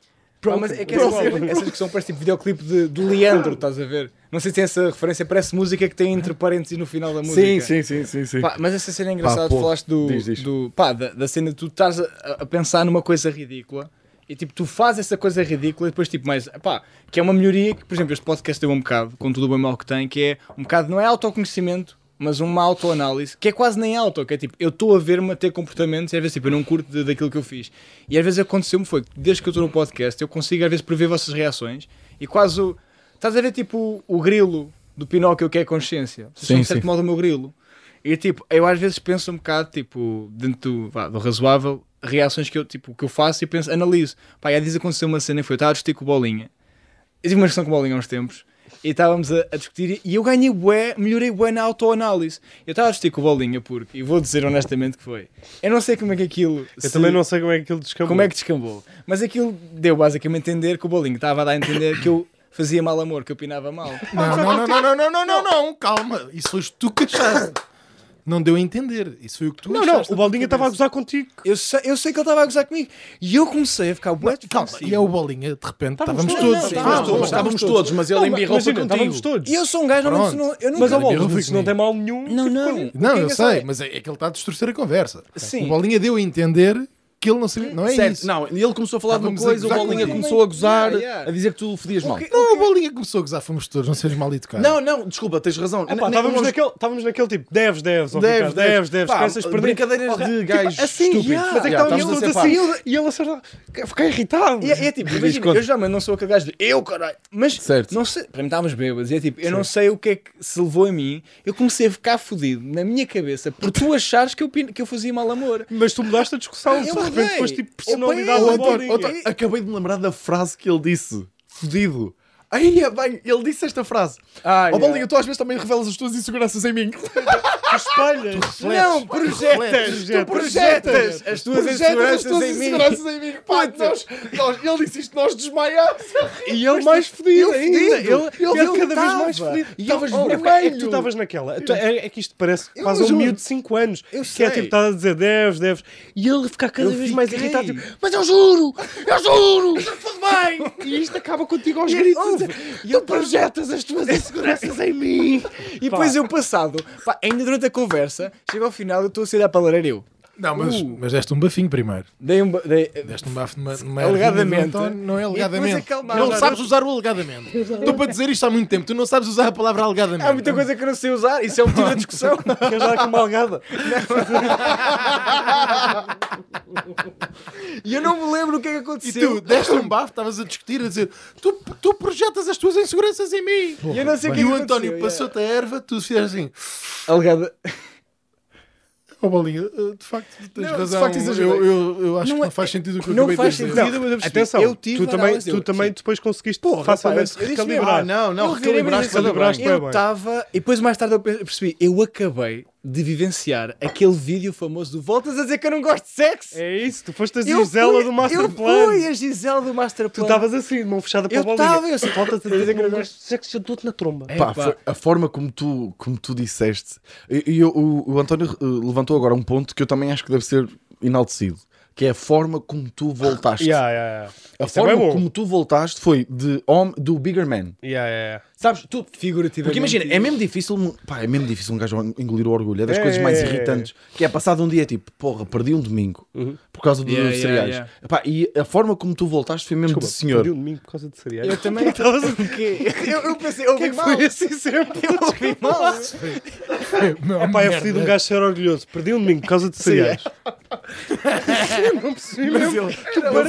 B: Ah, mas é que é igual, essa discussão parece tipo videoclipe de, de Leandro, estás a ver? Não sei se tem essa referência, parece música que tem entre parênteses no final da música.
D: Sim, sim, sim, sim, sim.
B: Pá, mas essa cena é engraçada,
D: Pá, pô,
B: falaste do,
D: diz, diz.
B: do- pá, da, da cena de tu estás a, a pensar numa coisa ridícula e tipo, tu fazes essa coisa ridícula e depois tipo, mas pá, que é uma melhoria que, por exemplo, este podcast deu um bocado, com tudo o bem mal que tem, que é um bocado, não é autoconhecimento, mas uma autoanálise, que é quase nem auto, que é tipo, eu estou a ver-me a ter comportamentos e às vezes tipo, eu não curto de- daquilo que eu fiz. E às vezes aconteceu-me foi, que, desde que eu estou no podcast, eu consigo às vezes prever vossas reações e quase, o- estás a ver tipo o grilo do Pinóquio que é a consciência. Vocês são,
D: Sim,
B: de certo
D: sim.
B: modo o tipo, meu grilo. E tipo, eu às vezes penso um bocado, tipo, dentro do, vá, do razoável, reações que eu, tipo, que eu faço e penso, analiso. Pá, e há dias aconteceu uma cena e foi, eu estava a discutir com o Bolinha. Eu tive uma discussão com o Bolinha há uns tempos e estávamos a, a discutir e eu ganhei bué, melhorei bué na autoanálise. Eu estava a discutir com o Bolinha porque, e vou dizer honestamente que foi, eu não sei como é que aquilo...
A: eu também não sei como é que ele descambou.
B: Como é que descambou? Mas aquilo deu basicamente a entender que o Bolinho estava a dar a entender que eu fazia mal amor, que eu opinava mal.
C: Não, não, não, não, não, não, não, não, não, calma. Isso foste tu que achaste. Não deu a entender. Isso foi o que tu
A: Não,
C: achaste.
A: não,
C: da
A: o
C: tua
A: Baldinha estava a
C: cabeça.
A: gozar contigo.
B: Eu sei, eu sei que ele estava a gozar comigo. E eu comecei a ficar bué
C: Calma,
B: defensivo.
C: e é o Bolinha, de repente, estávamos
B: todos,
C: todos.
B: sim,
C: Ah,
B: estávamos
C: bom,
B: todos,
D: Estávamos todos, mas ele embirrou
A: Imagina,
D: para contigo.
A: estávamos todos.
B: E eu sou um gajo,
C: Pronto.
B: não, eu nunca...
A: Mas ao
C: Eu
A: Baldinha
C: fui
A: isso não
C: comigo.
A: tem mal nenhum.
B: Não, não.
C: Não,
B: Quem é
C: eu
B: que
C: sei,
B: sabe?
C: mas é é que ele está a distorcer a conversa.
B: Sim.
C: O Bolinha deu a entender que ele não sabia. Não é
D: Certo,
C: isso.
D: não, e ele começou a falar de uma
C: Estávamos a
D: coisa, o
C: gozar
D: Bolinha
C: contigo.
D: começou a gozar,
B: Yeah, yeah.
D: a dizer que tu fodias mal.
B: que-
C: Não, o Bolinha começou a gozar, fomos todos, não sejas mal educado.
D: Não, não, desculpa, tens razão.
A: Ah,
D: Nem-
A: pá,
D: nem
A: estávamos,
D: vamos-
A: naquele, estávamos naquele tipo, deves, deves, ó
D: Deves,
A: Ricardo, deves,
D: deves.
A: deves,
D: Pá,
A: com essas pernas-
D: brincadeiras
A: Ok,
D: de
A: tipo,
D: gajos
A: assim,
D: estúpidos.
A: yeah, Mas é que
D: Yeah,
A: estavam
D: estávamos
A: todos
D: a
A: assim e
D: ser
A: ele- e ele acertava. Fiquei irritado.
B: E é, e é tipo, imagina, eu geralmente não sou aquele gajo de eu, caralho, mas
D: Certo.
B: não sei, para mim estávamos bêbados, e é tipo, eu não sei o que é que se levou a mim, eu comecei a ficar fodido na minha cabeça por tu achares que eu, pin- que eu fazia mal amor.
A: Mas tu mudaste a discussão,
B: Eu
A: tu de
B: mudei.
A: repente foste tipo
B: Eu
D: assim,
A: personalidade
D: Ô,
A: do
B: apanhei.
D: António,
A: Bolinha.
D: ô, António, acabei de me lembrar da frase que ele disse, fodido. Aí é bem, ele disse esta frase.
B: Ah,
D: Ó Bolinha, tu às vezes também revelas as tuas inseguranças em mim.
A: espalhas.
B: não, projetas, tu
A: Projetas.
B: projetas as tuas
D: Projetas as
B: inseguranças
D: tuas
B: em mim.
D: inseguranças em mim. Pá, nós, nós, ele disse isto, nós desmaiámos.
A: E ele mais fedido
B: eu
A: ainda.
B: fedido,
A: Ele, ele,
B: eu- eu
A: cada vez
B: tava.
A: mais fedido.
B: E eu-
A: Estavas
B: oh,
A: vermelho. É que tu estavas naquela. Tu- É, é que isto parece quase um
B: juro.
A: miúdo de 5 anos.
B: Eu
A: que é
B: sei.
A: tipo, estás a dizer deves, deves. E ele ficar cada
B: Eu
A: vez mais
B: fiquei.
A: irritado. Tipo, mas eu juro, eu juro, está tudo bem. E isto acaba contigo aos gritos. a dizer, tu projetas as tuas inseguranças em mim.
B: E depois eu passado, pá, ainda durante a conversa, chego ao final eu estou a sair à palavra eu.
C: Não, mas,
B: Uh.
C: mas deste um bafinho primeiro.
B: Dei um... ba- Dei,
C: Deste um bafo numa, numa
B: Alegadamente.
C: ardinha do António. Não é
B: E
C: alegadamente.
B: depois acalmaram.
C: Não sabes usar o alegadamente. Estou para dizer isto há muito tempo. Tu não sabes usar a palavra alegadamente.
B: Há muita coisa que eu não sei usar, isso é um motivo de discussão.
A: Queres dar com uma algada?
B: E eu não me lembro o que é que
C: E
B: aconteceu.
C: tu deste um bafo, estavas a discutir, a dizer tu, tu projetas as tuas inseguranças em mim.
B: E eu não sei o que
C: E
B: é que aconteceu,
C: o António
B: yeah.
C: passou-te a erva, tu fizeste assim.
B: Alegada.
C: Ó Bolinha, eh, de facto tens
B: Não, de
C: razão.
B: facto tens razão.
C: eu, eu, eu acho
B: Não
C: que
B: é-
C: não faz sentido o que eu
B: não
C: acabei
B: faz
C: de dizer.
B: sentido. Não,
A: mas eu percebi.
B: atenção,
A: eu
B: tive
A: tu também,
B: análise,
A: tu
B: eu-
A: também
B: sim.
A: depois conseguiste
B: rapaz,
A: facilmente
B: eu disse mesmo,
A: recalibrar.
D: Ah, não, não,
B: Eu virei-me
D: recalibraste
B: e disse,
A: recalibraste bem,
B: Eu
A: bem.
B: estava. E depois mais tarde eu pe- percebi, eu acabei de vivenciar aquele vídeo famoso do Voltas a dizer que eu não gosto de sexo.
A: É isso, tu foste a
B: Eu
A: Gisela
B: fui-
A: do Master
B: Eu
A: Plan.
B: fui a Gisela do Master
A: Tu
B: Plan.
A: estavas assim, de mão fechada para
B: Eu
A: a bolinha.
B: estava, eu sei.
A: Volta-te a dizer que não gosto de sexo, eu dou-te na tromba.
D: Pá,
B: Epá.
D: foi- a forma como tu, como tu disseste, e, e o, o António eh, levantou agora um ponto que eu também acho que deve ser enaltecido, que é a forma como tu voltaste.
A: Yeah, yeah, yeah.
D: A
A: Isso é
D: forma
A: bem bom.
D: como tu voltaste foi de homem, do bigger man.
A: Yeah, yeah,
D: Sabes, tu,
B: Figurativamente.
D: porque imagina, é mesmo difícil, pá, é mesmo difícil um gajo engolir o orgulho, é das
A: É,
D: coisas mais
A: é, é, é.
D: irritantes, que é passado um dia tipo, porra, perdi um domingo
A: Uhum.
D: por causa dos
B: Yeah, yeah,
D: cereais.
B: yeah.
D: Epá, e a forma como tu voltaste foi mesmo
A: Desculpa,
D: de senhor.
A: perdi um domingo por causa de cereais.
B: Eu também. eu, eu pensei, eu ouvi mal.
A: Foi assim sempre.
B: Eu ouvi mal.
C: Meu,
A: Pá, é
C: merda.
A: fodido um gajo ser orgulhoso. Perdi um domingo por causa de
D: é.
A: cereais.
B: Mas eu-
C: Ele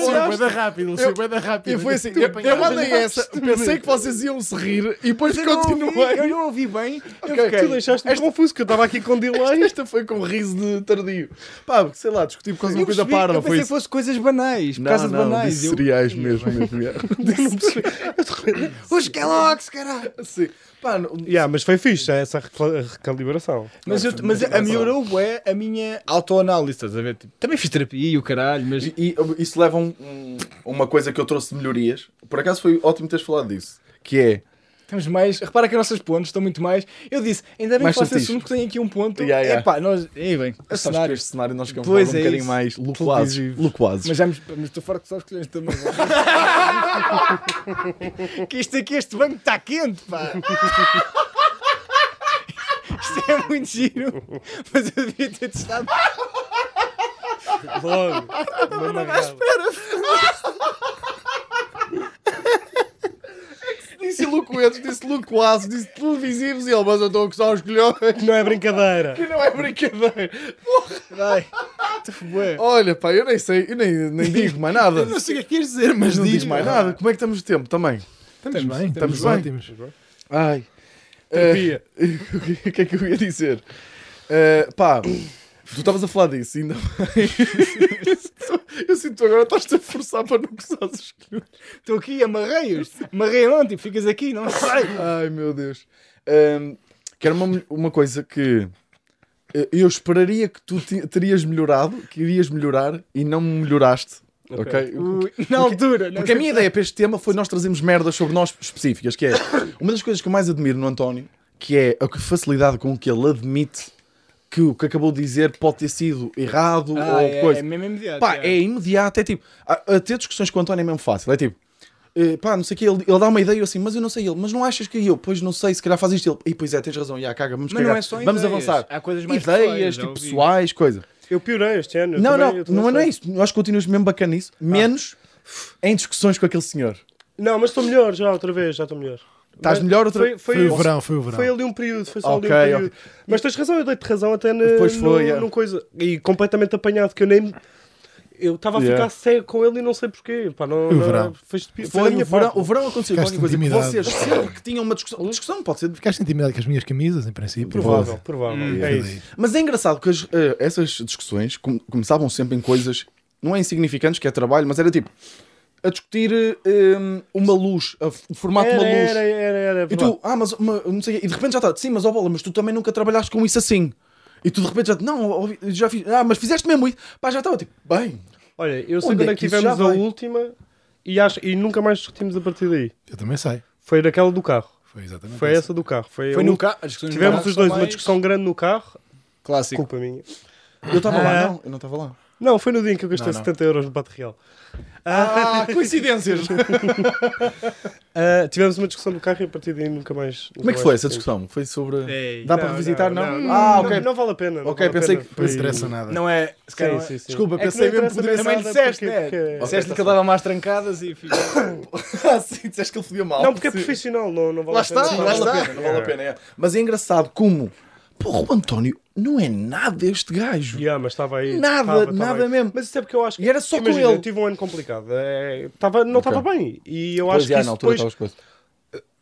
C: saiu um bué da rápido, ele saiu bué da rápido.
D: E foi assim,
C: Tu
D: eu, eu
C: apanhaste.
D: mandei essa, pensei que vocês iam se rir e depois
B: eu não ouvi,
D: continuei.
B: Eu não ouvi bem. Eu
D: Ok.
B: fiquei-
A: Tu deixaste-me confuso, que eu estava aqui com delay.
D: Esta foi com um riso de tardio. Pá, porque sei lá, discuti por causa de uma
B: Eu
D: coisa
B: percebi,
D: parva.
B: Eu
D: Foi
B: pensei que
D: isso.
B: fosse coisas banais. Por
D: Não,
B: causa de
D: não,
B: banais.
D: disse
B: Eu-
D: cereais mesmo. mesmo, yeah.
B: Os Kellogg's, caralho.
D: Sim. Pá, não-
A: Yeah, mas foi fixe
D: é
A: essa recla- recalibração.
B: Mas, eu, mas a melhorou bué a minha autoanálise, estás a ver? Tipo, também fiz terapia e o caralho, mas...
D: E, e isso leva a um- um- uma coisa que eu trouxe de melhorias. Por acaso foi ótimo teres falado disso. Que é.
B: Temos mais. Repara que as nossas pontes estão muito mais. Eu disse, ainda bem
D: Mais
B: que faço
D: certinhos.
B: esse assunto que tem aqui um ponto.
D: Yeah, yeah.
B: É pá, nós. Aí bem, o
D: Sabes que
B: cenário.
D: este cenário nós queremos
B: Pois
D: falar um
B: é
D: bocadinho
B: isso.
D: mais loquazes.
A: Televisivo.
D: loquazes.
B: Mas já me mas estou fora que só os colhões também. que isto aqui, este banco está quente, pá. Isto é muito giro. Mas eu devia ter testado.
A: Logo. Uma marrada.
D: Disse loquazes, disse loquazes, disse televisivos e ele, mas eu estou a gostar os colhões.
A: Não é brincadeira.
D: Não é brincadeira.
B: Vai. Tu, bué.
D: Olha, pá, eu nem sei, eu nem, nem digo mais nada.
C: Eu não sei o que é que queres dizer, mas
D: Não
C: diz
D: digo mais nada. Como é que estamos de tempo também?
C: Estamos bem,
D: estamos
C: estamos,
D: bem.
C: ótimos.
D: Ai.
A: Terapia.
D: o que é que eu ia dizer? Eh, pá, tu estavas a falar disso, ainda bem. eu sinto que agora estás-te a forçar para não gostar dos colhões.
B: Estou aqui, amarrei-os. Amarrei ontem, ficas aqui, não sai.
D: Ai, meu Deus. Ahm, que era uma, mel- uma coisa que eh, eu esperaria que tu ti- terias melhorado, que irias melhorar e não melhoraste. Ok? O-
B: Ui, Hum, Na altura, né? não
D: Porque
B: sei-
D: a minha ideia para este tema foi nós trazermos merdas sobre nós específicas, que é uma das coisas que eu mais admiro no António, que é a que- facilidade com que ele admite que o que acabou de dizer pode ter sido errado
B: Ah,
D: ou
B: é,
D: coisa.
B: é mesmo imediato.
D: Pá,
B: já.
D: é imediato, é tipo. A, a ter discussões com o António é mesmo fácil. É tipo, eh, pá, não sei o que, ele, ele dá uma ideia e eu assim, mas eu não sei ele, mas não achas que eu, pois não sei, se calhar faz isto ele. E pois é, tens razão, já, caga, vamos
B: Mas não
D: cagar,
B: é só
D: vamos
B: ideias,
D: avançar.
B: há coisas mais
D: ideias,
B: pessoais, já
D: tipo
B: ouvi.
D: pessoais, coisa.
A: Eu piorei este ano. eu
D: não,
A: também- eu
D: não,
A: também Ah.
D: não, é- não
A: sei.
D: é isso. Eu acho que continuas mesmo bacana nisso, menos em discussões com aquele senhor.
A: Não, mas estou melhor já outra vez, já estou melhor.
D: Estás
A: Mas
D: melhor outra
A: foi- foi-
C: Foi o
A: Posso-
C: verão, foi o verão.
A: Foi ali um período, foi só
D: Ok,
A: ali um período. Mas tens razão, eu dei-te razão até na,
D: Depois
A: no-
D: foi, é.
A: num coisa. E completamente apanhado, que eu nem. Eu estava a
D: Yeah.
A: ficar cego com ele e não sei porquê. Pá, não,
C: Foi o
A: não-
C: verão.
A: Foi, estupi- foi da
D: Foi
A: minha
D: o verão,
A: parte.
D: o verão aconteceu
C: Ficaste
D: qualquer coisa que
C: intimidado.
D: vocês sempre que tinham uma discussão, discussão pode ser,
C: Ficaste intimidado com as minhas camisas, em princípio.
A: Provável, provável. é isso.
D: mas é engraçado que as, eh, essas discussões com- começavam sempre em coisas não é insignificantes que é trabalho, mas era tipo a discutir eh, um, uma luz, a f- o formato de
A: Era,
D: uma luz.
A: era, era, era. é
D: E tu, ah, mas uma- não sei, o quê. e de repente já está, sim, mas ó bola, mas tu também nunca trabalhaste com isso assim. E tu de repente já, não, ó, já fiz, ah, mas fizeste mesmo isso. Pá, já estava tipo, bem,
A: Olha, eu sei
D: Onde é
A: quando é que
D: que isso já
A: tivemos a
D: vai?
A: última e, acho, e nunca mais discutimos a partir daí.
C: Eu também sei.
A: Foi daquela do carro.
C: Foi exatamente
A: Foi
C: isso.
A: essa do carro. Foi,
B: Foi
A: a
B: no
A: última.
B: carro. as discussões no
A: Tivemos
B: carro
A: os
B: são
A: dois uma
B: mais
A: discussão grande no carro.
B: Clássico.
A: Culpa minha.
D: eu estava lá,
A: Ah.
D: não, eu não estava lá.
A: Não, foi no dia em que eu gastei
D: Não, não.
A: 70 euros no Bate Real.
D: Ah, coincidências!
A: Ah, tivemos uma discussão do carro e a partir daí nunca mais.
D: Como é que É. foi essa discussão? Foi sobre.
B: Ei.
D: Dá para revisitar? Não?
A: ah,
D: Ah, ok.
A: não, vale a pena. não
D: Ok,
A: vale a
D: pensei
A: pena.
D: que-
C: Não
A: Foi-
C: interessa nada.
B: Não é. Se calhar, não é-
A: Sim, sim, sim.
D: Desculpa,
A: É que
D: pensei
A: não
D: mesmo que
A: interessa
D: poderia
A: bem
D: ser
B: Também lhe
A: nada
B: disseste,
A: porque-
B: né?
A: porque-
B: Disseste-lhe que ele dava mais trancadas e ficou.
D: Ah, sim, disseste que ele fodia mal.
A: Não, porque é profissional, não, não vale
D: Lá
A: a pena.
D: está,
A: Não
D: lá
A: vale a
D: está.
A: pena,
D: Não vale a pena, é. Mas é engraçado como. Porra, o António não é nada este gajo.
A: Yeah, mas estava aí.
D: Nada,
A: estava, estava
D: nada
A: aí.
D: mesmo.
A: Mas isso é porque eu acho que.
D: E era só com
A: Imagina,
D: ele.
A: Eu tive um ano complicado. É, tava, não
D: Ok.
A: estava bem. E eu
D: Pois,
A: acho que
D: já,
A: isso
D: na
A: depois
D: altura estava as coisas.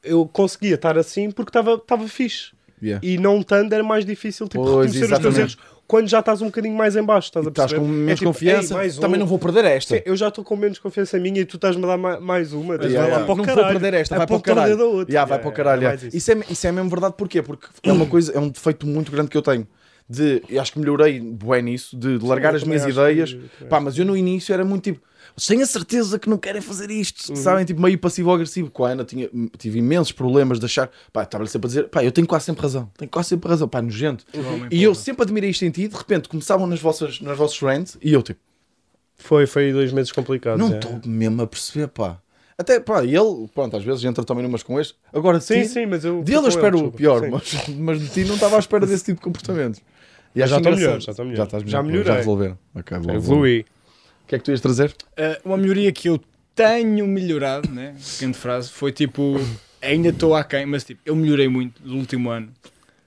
A: eu conseguia estar assim porque estava fixe.
D: Yeah.
A: E não tanto era mais difícil tipo,
D: Pois,
A: reconhecer os teus
D: exatamente.
A: erros quando já estás um bocadinho mais em baixo. Estás, a
D: Estás com
A: perceber? É
D: menos
A: tipo,
D: confiança.
A: "Ei, mais um."
D: Também não vou perder esta.
A: Sim, eu já estou com menos confiança minha e tu estás-me a dar ma- mais uma. tens de
D: Yeah,
A: dar lá
D: yeah.
A: para o
D: é, não
A: caralho.
D: vou perder esta,
A: É
D: vai para o
A: pontadela
D: caralho.
A: da outra.
D: Yeah,
A: Yeah,
D: vai para o
A: yeah,
D: caralho.
A: é mais
D: yeah. Isso. é, isso é mesmo verdade, porquê? Porque é uma coisa, é um defeito muito grande que eu tenho. De, eu acho que melhorei bem nisso, de largar
A: eu
D: as minhas
A: também acho
D: ideias.
A: que- também
D: Pá, mas eu no início era muito tipo, sem a certeza que não querem fazer isto,
A: Uhum.
D: sabem? Tipo, meio passivo-agressivo. Com a Ana tinha, tive imensos problemas de achar, pá, estava-lhe sempre a dizer, pá, eu tenho quase sempre razão, tenho quase sempre razão, pá,
A: Uhum.
D: nojento. E eu sempre admirei isto em ti, de repente começavam nas vossas, nas vossos rants e eu tipo.
A: Foi, foi dois meses complicados.
D: Não
A: é.
D: estou mesmo a perceber, pá. Até, pá, e ele, pronto, às vezes entra também numas com este. Agora,
A: Sim,
D: sim,
A: sim, mas eu.
D: Dele eu
A: fui com
D: espero
A: ele,
D: o é pior,
A: desculpa.
D: mas, mas de ti não estava à espera desse tipo de comportamento. E acho
A: Já estou
D: engraçado.
A: melhor, já estou melhor.
D: Já estás
A: Já
D: melhor,
A: melhorei.
D: Já resolveram. Ok, boa,
A: Sim.
D: boa.
A: Evolui.
D: O que é que tu ias trazer?
B: Ah, uma melhoria que eu tenho melhorado, né? Grande frase, foi tipo, ainda estou aquém, mas tipo, eu melhorei muito do último ano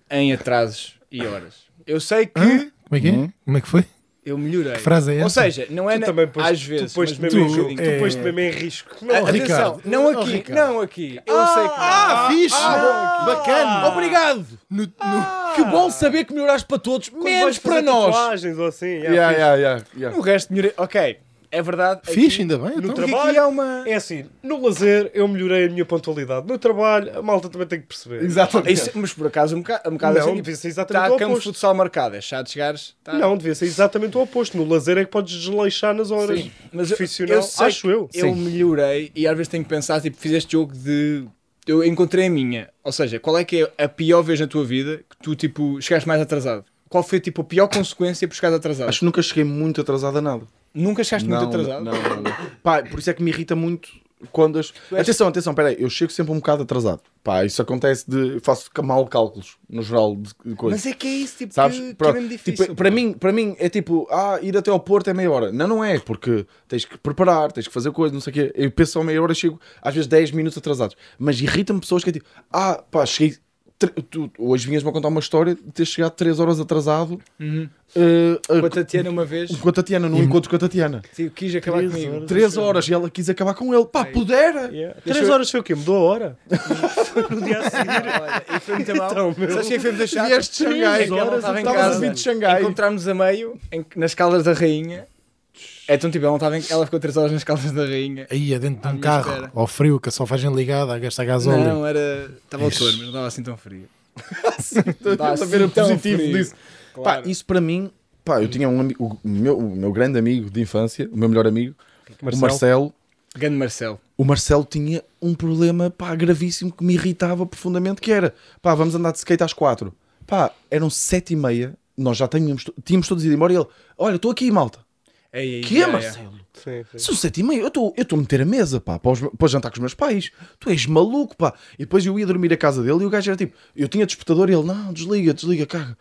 B: em atrasos e horas. Eu sei que
C: Hã? Como é que é?
D: Hum.
C: Como é que foi?
B: eu melhorei.
C: Que frase é
B: Ou
C: essa?
B: seja, não é
A: Tu
B: na-
A: também pôs-
B: às
A: tu
B: vezes,
A: pôs-te
B: mas
A: mesmo
C: em
B: um
C: jogo.
B: bocadinho.
A: Tu
C: É.
A: pôs-te mesmo em risco.
D: É,
B: Ah,
C: Ricardo.
B: Atenção, não
C: Oh,
B: aqui,
C: Ricardo.
B: não aqui. Eu sei que
D: Ah, fixe!
B: Ah,
D: bacana! Obrigado!
C: No- no-
D: Que bom saber que melhoraste para todos, menos para nós!
A: Tatuagens ou assim. yeah,
D: Yeah,
A: fixe.
D: yeah, yeah, yeah.
B: O resto melhorei. Ok, é verdade. aqui-
C: Fixe, ainda bem.
A: No
C: Então.
A: trabalho.
B: Aqui há uma...
A: É assim, no lazer eu melhorei a minha pontualidade. No trabalho, a malta também tem que perceber.
D: Exatamente.
B: Isso- mas por acaso, um bocado, um bocado
A: Não,
B: assim,
A: devia ser
B: está
A: exatamente
B: a
A: o
B: campo de
A: oposto.
B: futsal marcado. É chato chegares. tá-
A: Não, devia ser exatamente o oposto. No lazer é que podes desleixar nas horas.
B: Sim, mas eu-
A: Profissional,
B: eu sei
A: acho eu.
B: Eu
A: Sim.
B: melhorei e às vezes tenho que pensar, tipo, fiz este jogo de... Eu encontrei a minha. Ou seja, qual é que é a pior vez na tua vida que tu, tipo, chegaste mais atrasado? Qual foi, tipo, a pior consequência por chegares atrasado?
D: Acho que nunca cheguei muito atrasado a nada.
B: Nunca chegaste muito atrasado?
D: Não, não, não. Pá, por isso é que me irrita muito quando as. Atenção, atenção, peraí, eu chego sempre um bocado atrasado. Pá, isso acontece de. Faço mal cálculos, no geral, de coisas.
B: Mas é que é isso, tipo,
D: Sabes?
B: que, que é
D: Pronto.
B: mesmo
D: Tipo,
B: difícil.
D: para, mim, para mim é tipo, ah, ir até ao Porto é meia hora. Não, não é, porque tens que preparar, tens que fazer coisas, não sei o quê. Eu penso só meia hora e chego às vezes 10 minutos atrasados. Mas irrita-me pessoas que é tipo, ah, pá, cheguei. tre- tu- hoje vinhas-me a contar uma história de ter chegado 3 horas atrasado eh, a-
B: Com a Tatiana uma vez,
D: com a Tatiana, num encontro com a Tatiana.
B: tipo, quis acabar comigo.
D: 3 horas e ela quis acabar com ele. Pá, pudera!
A: Yeah. Três horas foi o quê? Mudou a hora? Foi no dia a seguir.
B: Olha, e foi muito mal.
A: Então, meu.
B: Sabes quem foi me deixar?
D: Vieste de Xangai,
B: É que ela não
D: horas,
B: estava em
D: estavas a
B: casa.
D: vir de Xangai.
B: Encontrámos a meio, em- nas Caldas da Rainha. Então, tipo, ela, não estava em- ela ficou 3 horas nas Caldas da Rainha.
C: Aí é dentro de
B: À
C: um
B: minha
C: carro,
B: espera.
C: ao frio, com a solfagem ligada, a gastar gasóleo.
B: Não, era. Estava ao
C: Ixi.
B: touro, mas não estava assim tão frio.
D: Estás a ver o positivo disso. Pá, isso para mim, pá, eu tinha um amigo, o meu, o meu grande amigo de infância, o meu melhor amigo, o Marcelo.
B: Grande Marcelo.
D: O Marcelo tinha um problema, pá, gravíssimo que me irritava profundamente, que era, pá, vamos andar de skate às quatro. Pá, eram sete e meia, nós já tínhamos, to- tínhamos todos ido embora e ele, olha, estou aqui, malta.
B: Ei, ei,
D: Que é,
B: ei,
D: Marcelo?
A: Sim, sim.
D: São sete e meia, eu estou a meter a mesa, pá, para, os me- para jantar com os meus pais. Tu és maluco, pá. E depois eu ia dormir à casa dele e o gajo era tipo, eu tinha despertador e ele, não, desliga, desliga, caga.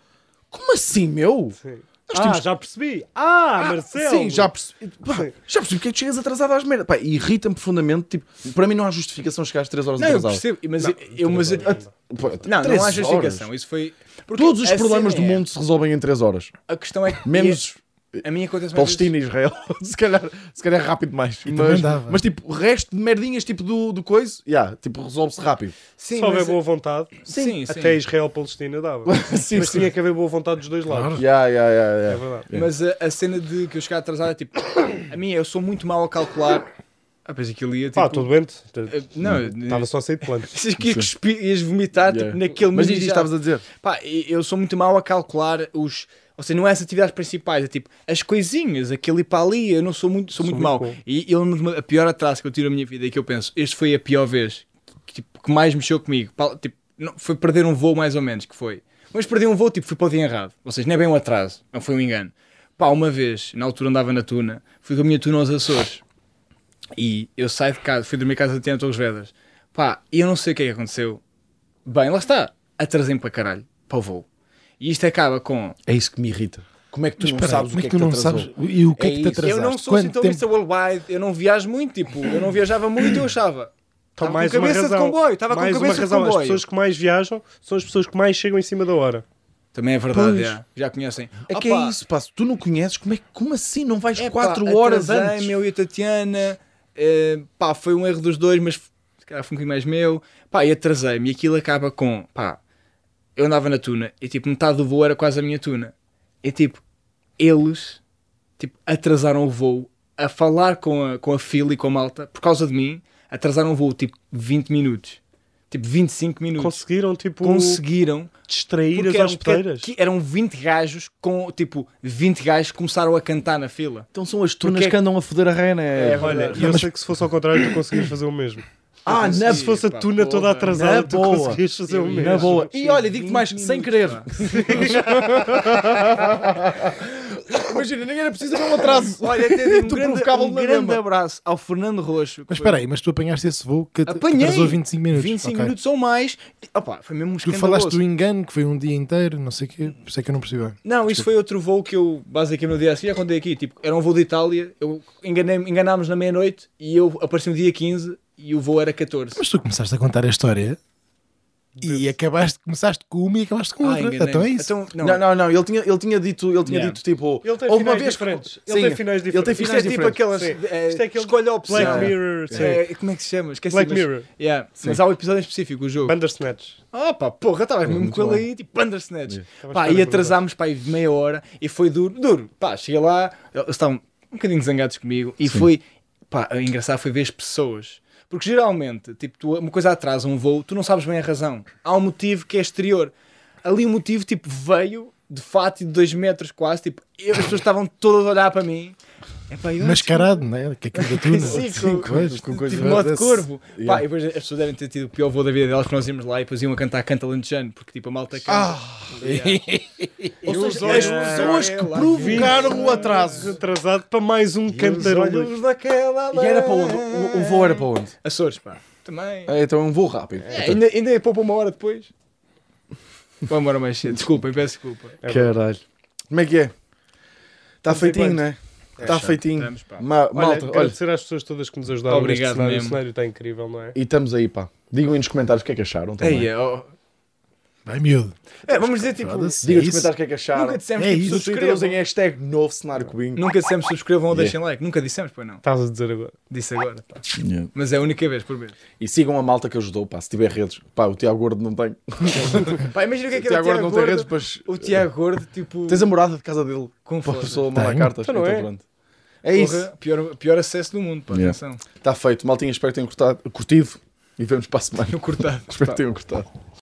D: Como assim, meu?
A: Sim.
D: Nós
A: Ah,
D: temos-
A: já percebi. Ah,
D: Ah,
A: Marcelo.
D: Sim, já percebi. Pá,
A: Sim.
D: já percebi porque é que chegas atrasado às merdas. Pá, irrita-me profundamente. Tipo, para mim não há justificação chegar às 3 horas
B: Não, eu
D: atrasado.
B: percebo, mas eu- eu. Mas,
D: Pá,
B: não, não
D: três
B: há
D: horas.
B: justificação. Isso foi. porque
D: Todos os
B: a
D: problemas do
B: cena é-
D: mundo se resolvem em 3 horas.
B: A questão é que.
D: Menos
B: A minha acontece mais vezes.
D: Palestina e Israel. se, calhar, se calhar é rápido mais. Mas,
C: também dava.
D: mas, tipo, o resto de merdinhas tipo do, do coisa, yeah, tipo, resolve-se rápido.
B: Sim,
A: Se houver
B: mas-
A: boa vontade,
B: Sim, sim.
A: até Israel-Palestina dava.
D: sim,
A: Mas
D: sim.
A: tinha que haver boa vontade dos dois lados.
D: Yeah, yeah, yeah,
A: É
D: yeah.
A: verdade.
B: Mas a, a cena de que eu chegar atrasado é tipo. A mim, eu sou muito mal a calcular. Ah, pois aquilo ia tipo.
A: Pá, estou doente.
B: eh, Não, eu-
A: Estava só a sair de plano.
B: Achas que ia cuspir, ias vomitar tipo,
D: Yeah.
B: naquele
D: Mas
B: momento
D: diz isto, estavas a dizer.
B: Pá, e- eu sou muito mau a calcular os. Ou seja, não é as atividades principais, é tipo as coisinhas, aquele ir para ali. Eu não sou muito, sou,
A: Sou muito
B: muito, mau.
A: bom.
B: E eu lembro-me de uma- a pior atraso que eu tiro da minha vida e que eu penso, este foi a pior vez que, tipo, que mais mexeu comigo. Pá, Tipo, não, foi perder um voo, mais ou menos, que foi. Mas perdi um voo, tipo, fui para o dia errado. Ou seja, não é bem um atraso, não foi um engano. Pá, uma vez, na altura andava na Tuna, fui com a minha Tuna aos Açores. E eu saio de casa, fui dormir em casa de Tiana Torres Vedras. Pá, e eu não sei o que é que aconteceu. Bem, lá está. Atrasei-me para caralho, para o voo. E isto acaba com.
D: É isso que me irrita. Como é que tu
C: Mas
D: não
C: espera,
D: sabes
C: como
D: o
C: é
D: que
C: que
D: é que
C: tu não
D: te atrasou?
C: sabes e o que é,
D: É
C: que te
D: isso.
C: atrasaste?
B: Eu não sou
C: Quanto
B: assim tão
C: tempo?
B: Mr. Worldwide, eu não viajo muito, tipo, eu não viajava muito, eu achava. Estava com cabeça de comboio, estava com
A: mais uma
B: cabeça de
A: razão. As
B: comboio.
A: pessoas que mais viajam são as pessoas que mais chegam em cima da hora.
B: Também é verdade,
D: Pois.
B: já, já conhecem.
D: É que
B: Opa,
D: é isso, pá. Se tu não conheces, como, é, que- como assim não vais
B: epá,
D: 4 horas
B: atrasei-me,
D: antes?
B: eu e a Tatiana, eh, pá, foi um erro dos dois, mas se calhar foi um bocadinho mais meu. Pá, e atrasei-me e aquilo acaba com, pá, eu andava na tuna e tipo, metade do voo era quase a minha tuna. E tipo, eles tipo, atrasaram o voo a falar com a, com a fila e com a malta por causa de mim. Atrasaram o voo tipo 20 minutos, tipo 25 minutos.
A: Conseguiram, tipo,
B: Conseguiram
A: distrair as
B: eram, ca-
A: hospedeiras.
B: que eram 20 gajos com tipo 20 gajos que começaram a cantar na fila.
D: Então são as tunas
B: Porque é-
D: que andam a foder a rena.
B: É,
D: É...
B: vai-
A: Olha,
B: verdade.
A: e eu sei que se fosse ao contrário, tu conseguias fazer o mesmo.
D: ah,
B: Eu
D: na,
A: Se fosse a
B: Pá,
A: tuna toda
B: porra.
A: atrasada,
D: Na
A: tu
D: boa.
A: conseguias fazer o mesmo.
D: na boa. E olha,
B: Sim,
D: digo-te mais,
B: 20
D: sem
B: minutos,
D: querer.
B: pá.
D: Imagina, ninguém era preciso haver um atraso.
B: Olha, até digo, um
D: Tu
B: grande,
D: provocava-lo
B: um
D: na
B: grande
D: mesma.
B: abraço ao Fernando Roxo. que
C: Mas
B: foi-
C: espera aí, mas tu apanhaste esse voo que te- que
B: Apanhei.
C: atrasou 25 minutos.
B: 25
C: ok.
B: minutos ou mais. Opa, foi mesmo um
C: Tu
B: escandaloso.
C: falaste do engano, que foi um dia inteiro, não sei o quê, por isso é que eu não percebi.
B: Não, isso foi outro voo que eu, basicamente, no dia a seguir, já contei aqui. Tipo, era um voo de Itália, eu enganei, enganámos na meia-noite e eu apareci no dia 15 e o voo era 14.
C: Mas tu começaste a contar a história e acabaste, começaste com uma e acabaste com
B: Ah,
C: outra.
B: enganei-me.
C: então é isso.
B: Então, não,
D: Não, não, não, ele tinha, ele tinha dito, ele tinha
B: Yeah.
D: dito tipo.
A: Ele tem
D: houve uma
A: finais
D: vez que-
A: diferentes.
D: Sim,
A: Ele tem finais
D: Ele tem
A: diferentes.
B: Isto
D: finais
B: é tipo
D: diferentes.
B: aquelas.
A: Sim.
B: eh,
A: Isto é aquele
B: escolha a opção.
A: Black
D: Sim.
A: Mirror, sim.
B: É, como é que se chama? Esqueci.
A: Black
B: mas,
A: Mirror.
B: Yeah, mas há um episódio específico, o jogo.
A: Bandersnatch.
B: Ah pá, porra, estava mesmo
D: muito
B: com ele
D: bom.
B: aí, tipo Bandersnatch.
A: Estava à
B: Pá,
A: espera
B: e
A: por
B: atrasámos pá, aí meia hora e foi duro, duro. Pá, cheguei lá, eles estavam um bocadinho zangados comigo e foi, pá, o engraçado foi ver as pessoas. Porque geralmente, tipo, tu, uma coisa atrasa um voo, tu não sabes bem a razão. Há um motivo que é exterior. Ali o motivo, tipo, veio de fato e de dois metros quase, tipo, eu- as pessoas estavam todas a olhar para mim. Epá, eu acho que-
C: Mascarado, né? Que aquilo da tuna.
B: Sim, com-
C: pois.
D: com coisa
B: Tipo modo
D: desse.
B: corvo. Pá,
D: Yeah.
B: e depois as pessoas devem ter tido o pior voo da vida delas que nós íamos lá e depois iam a cantar Canta Lentejano, porque tipo a malta canta.
D: Ou seja, as pessoas que provocaram o atraso.
A: Atrasado para mais um cantarolho.
B: daquela
D: E era para onde? O, o voo era para onde?
B: Açores, pá. Também.
D: Ah, então é um voo rápido.
B: É, ainda, ainda é poupa uma hora depois. Uma hora mais cedo. Desculpem, peço desculpa.
D: Caralho. Como é que é? Está feitinho,
A: quanto.
D: não é? Está feitinho.
B: Estamos, pá.
D: Ma-
A: Olha,
D: Malta, olha.
A: agradecer às pessoas todas que nos ajudaram
B: Obrigado
A: neste cenário.
B: mesmo.
A: O cenário está incrível, não é?
D: E estamos aí, pá. Digam aí nos comentários o que é que acharam. também.
B: Ei, é, ó.
C: Vai, miúdo.
B: É, vamos dizer tipo.
C: Foda-se,
D: Digam
C: é
D: nos
C: isso.
D: comentários o que é que acharam.
B: Nunca dissemos
C: É
B: tipo,
C: isso.
D: No Twitter usem
B: subscrevam.
D: hashtag novo cenário cubinho.
B: Nunca dissemos subscrevam ou
D: Yeah.
B: deixem like. Nunca dissemos, pois não.
A: Estás a dizer agora.
B: Disse agora, pá. Mas é a única vez, por vez.
D: E sigam a malta que ajudou, pá. Se tiver redes. Pá, o Tiago Gordo não tem.
B: Pá, imagina o que é
D: O
B: que era
D: Tiago
B: o
D: Gordo
B: Tiago
D: não tem redes,
B: Gordo.
D: pois.
B: O Tiago Gordo, tipo.
D: Tens a morada de casa dele.
B: Com
D: Para a
B: força.
D: pessoa mandar
C: Tenho.
D: cartas.
A: Então não é.
D: Então pronto. É isso.
B: Porra, pior, pior acesso do mundo, pá.
D: Yeah.
B: Atenção.
D: Tá Está feito. Maltinha, espero que tenham cortado- curtido. E vemos para a semana.
B: No cortado.
D: Espero que tenham cortado.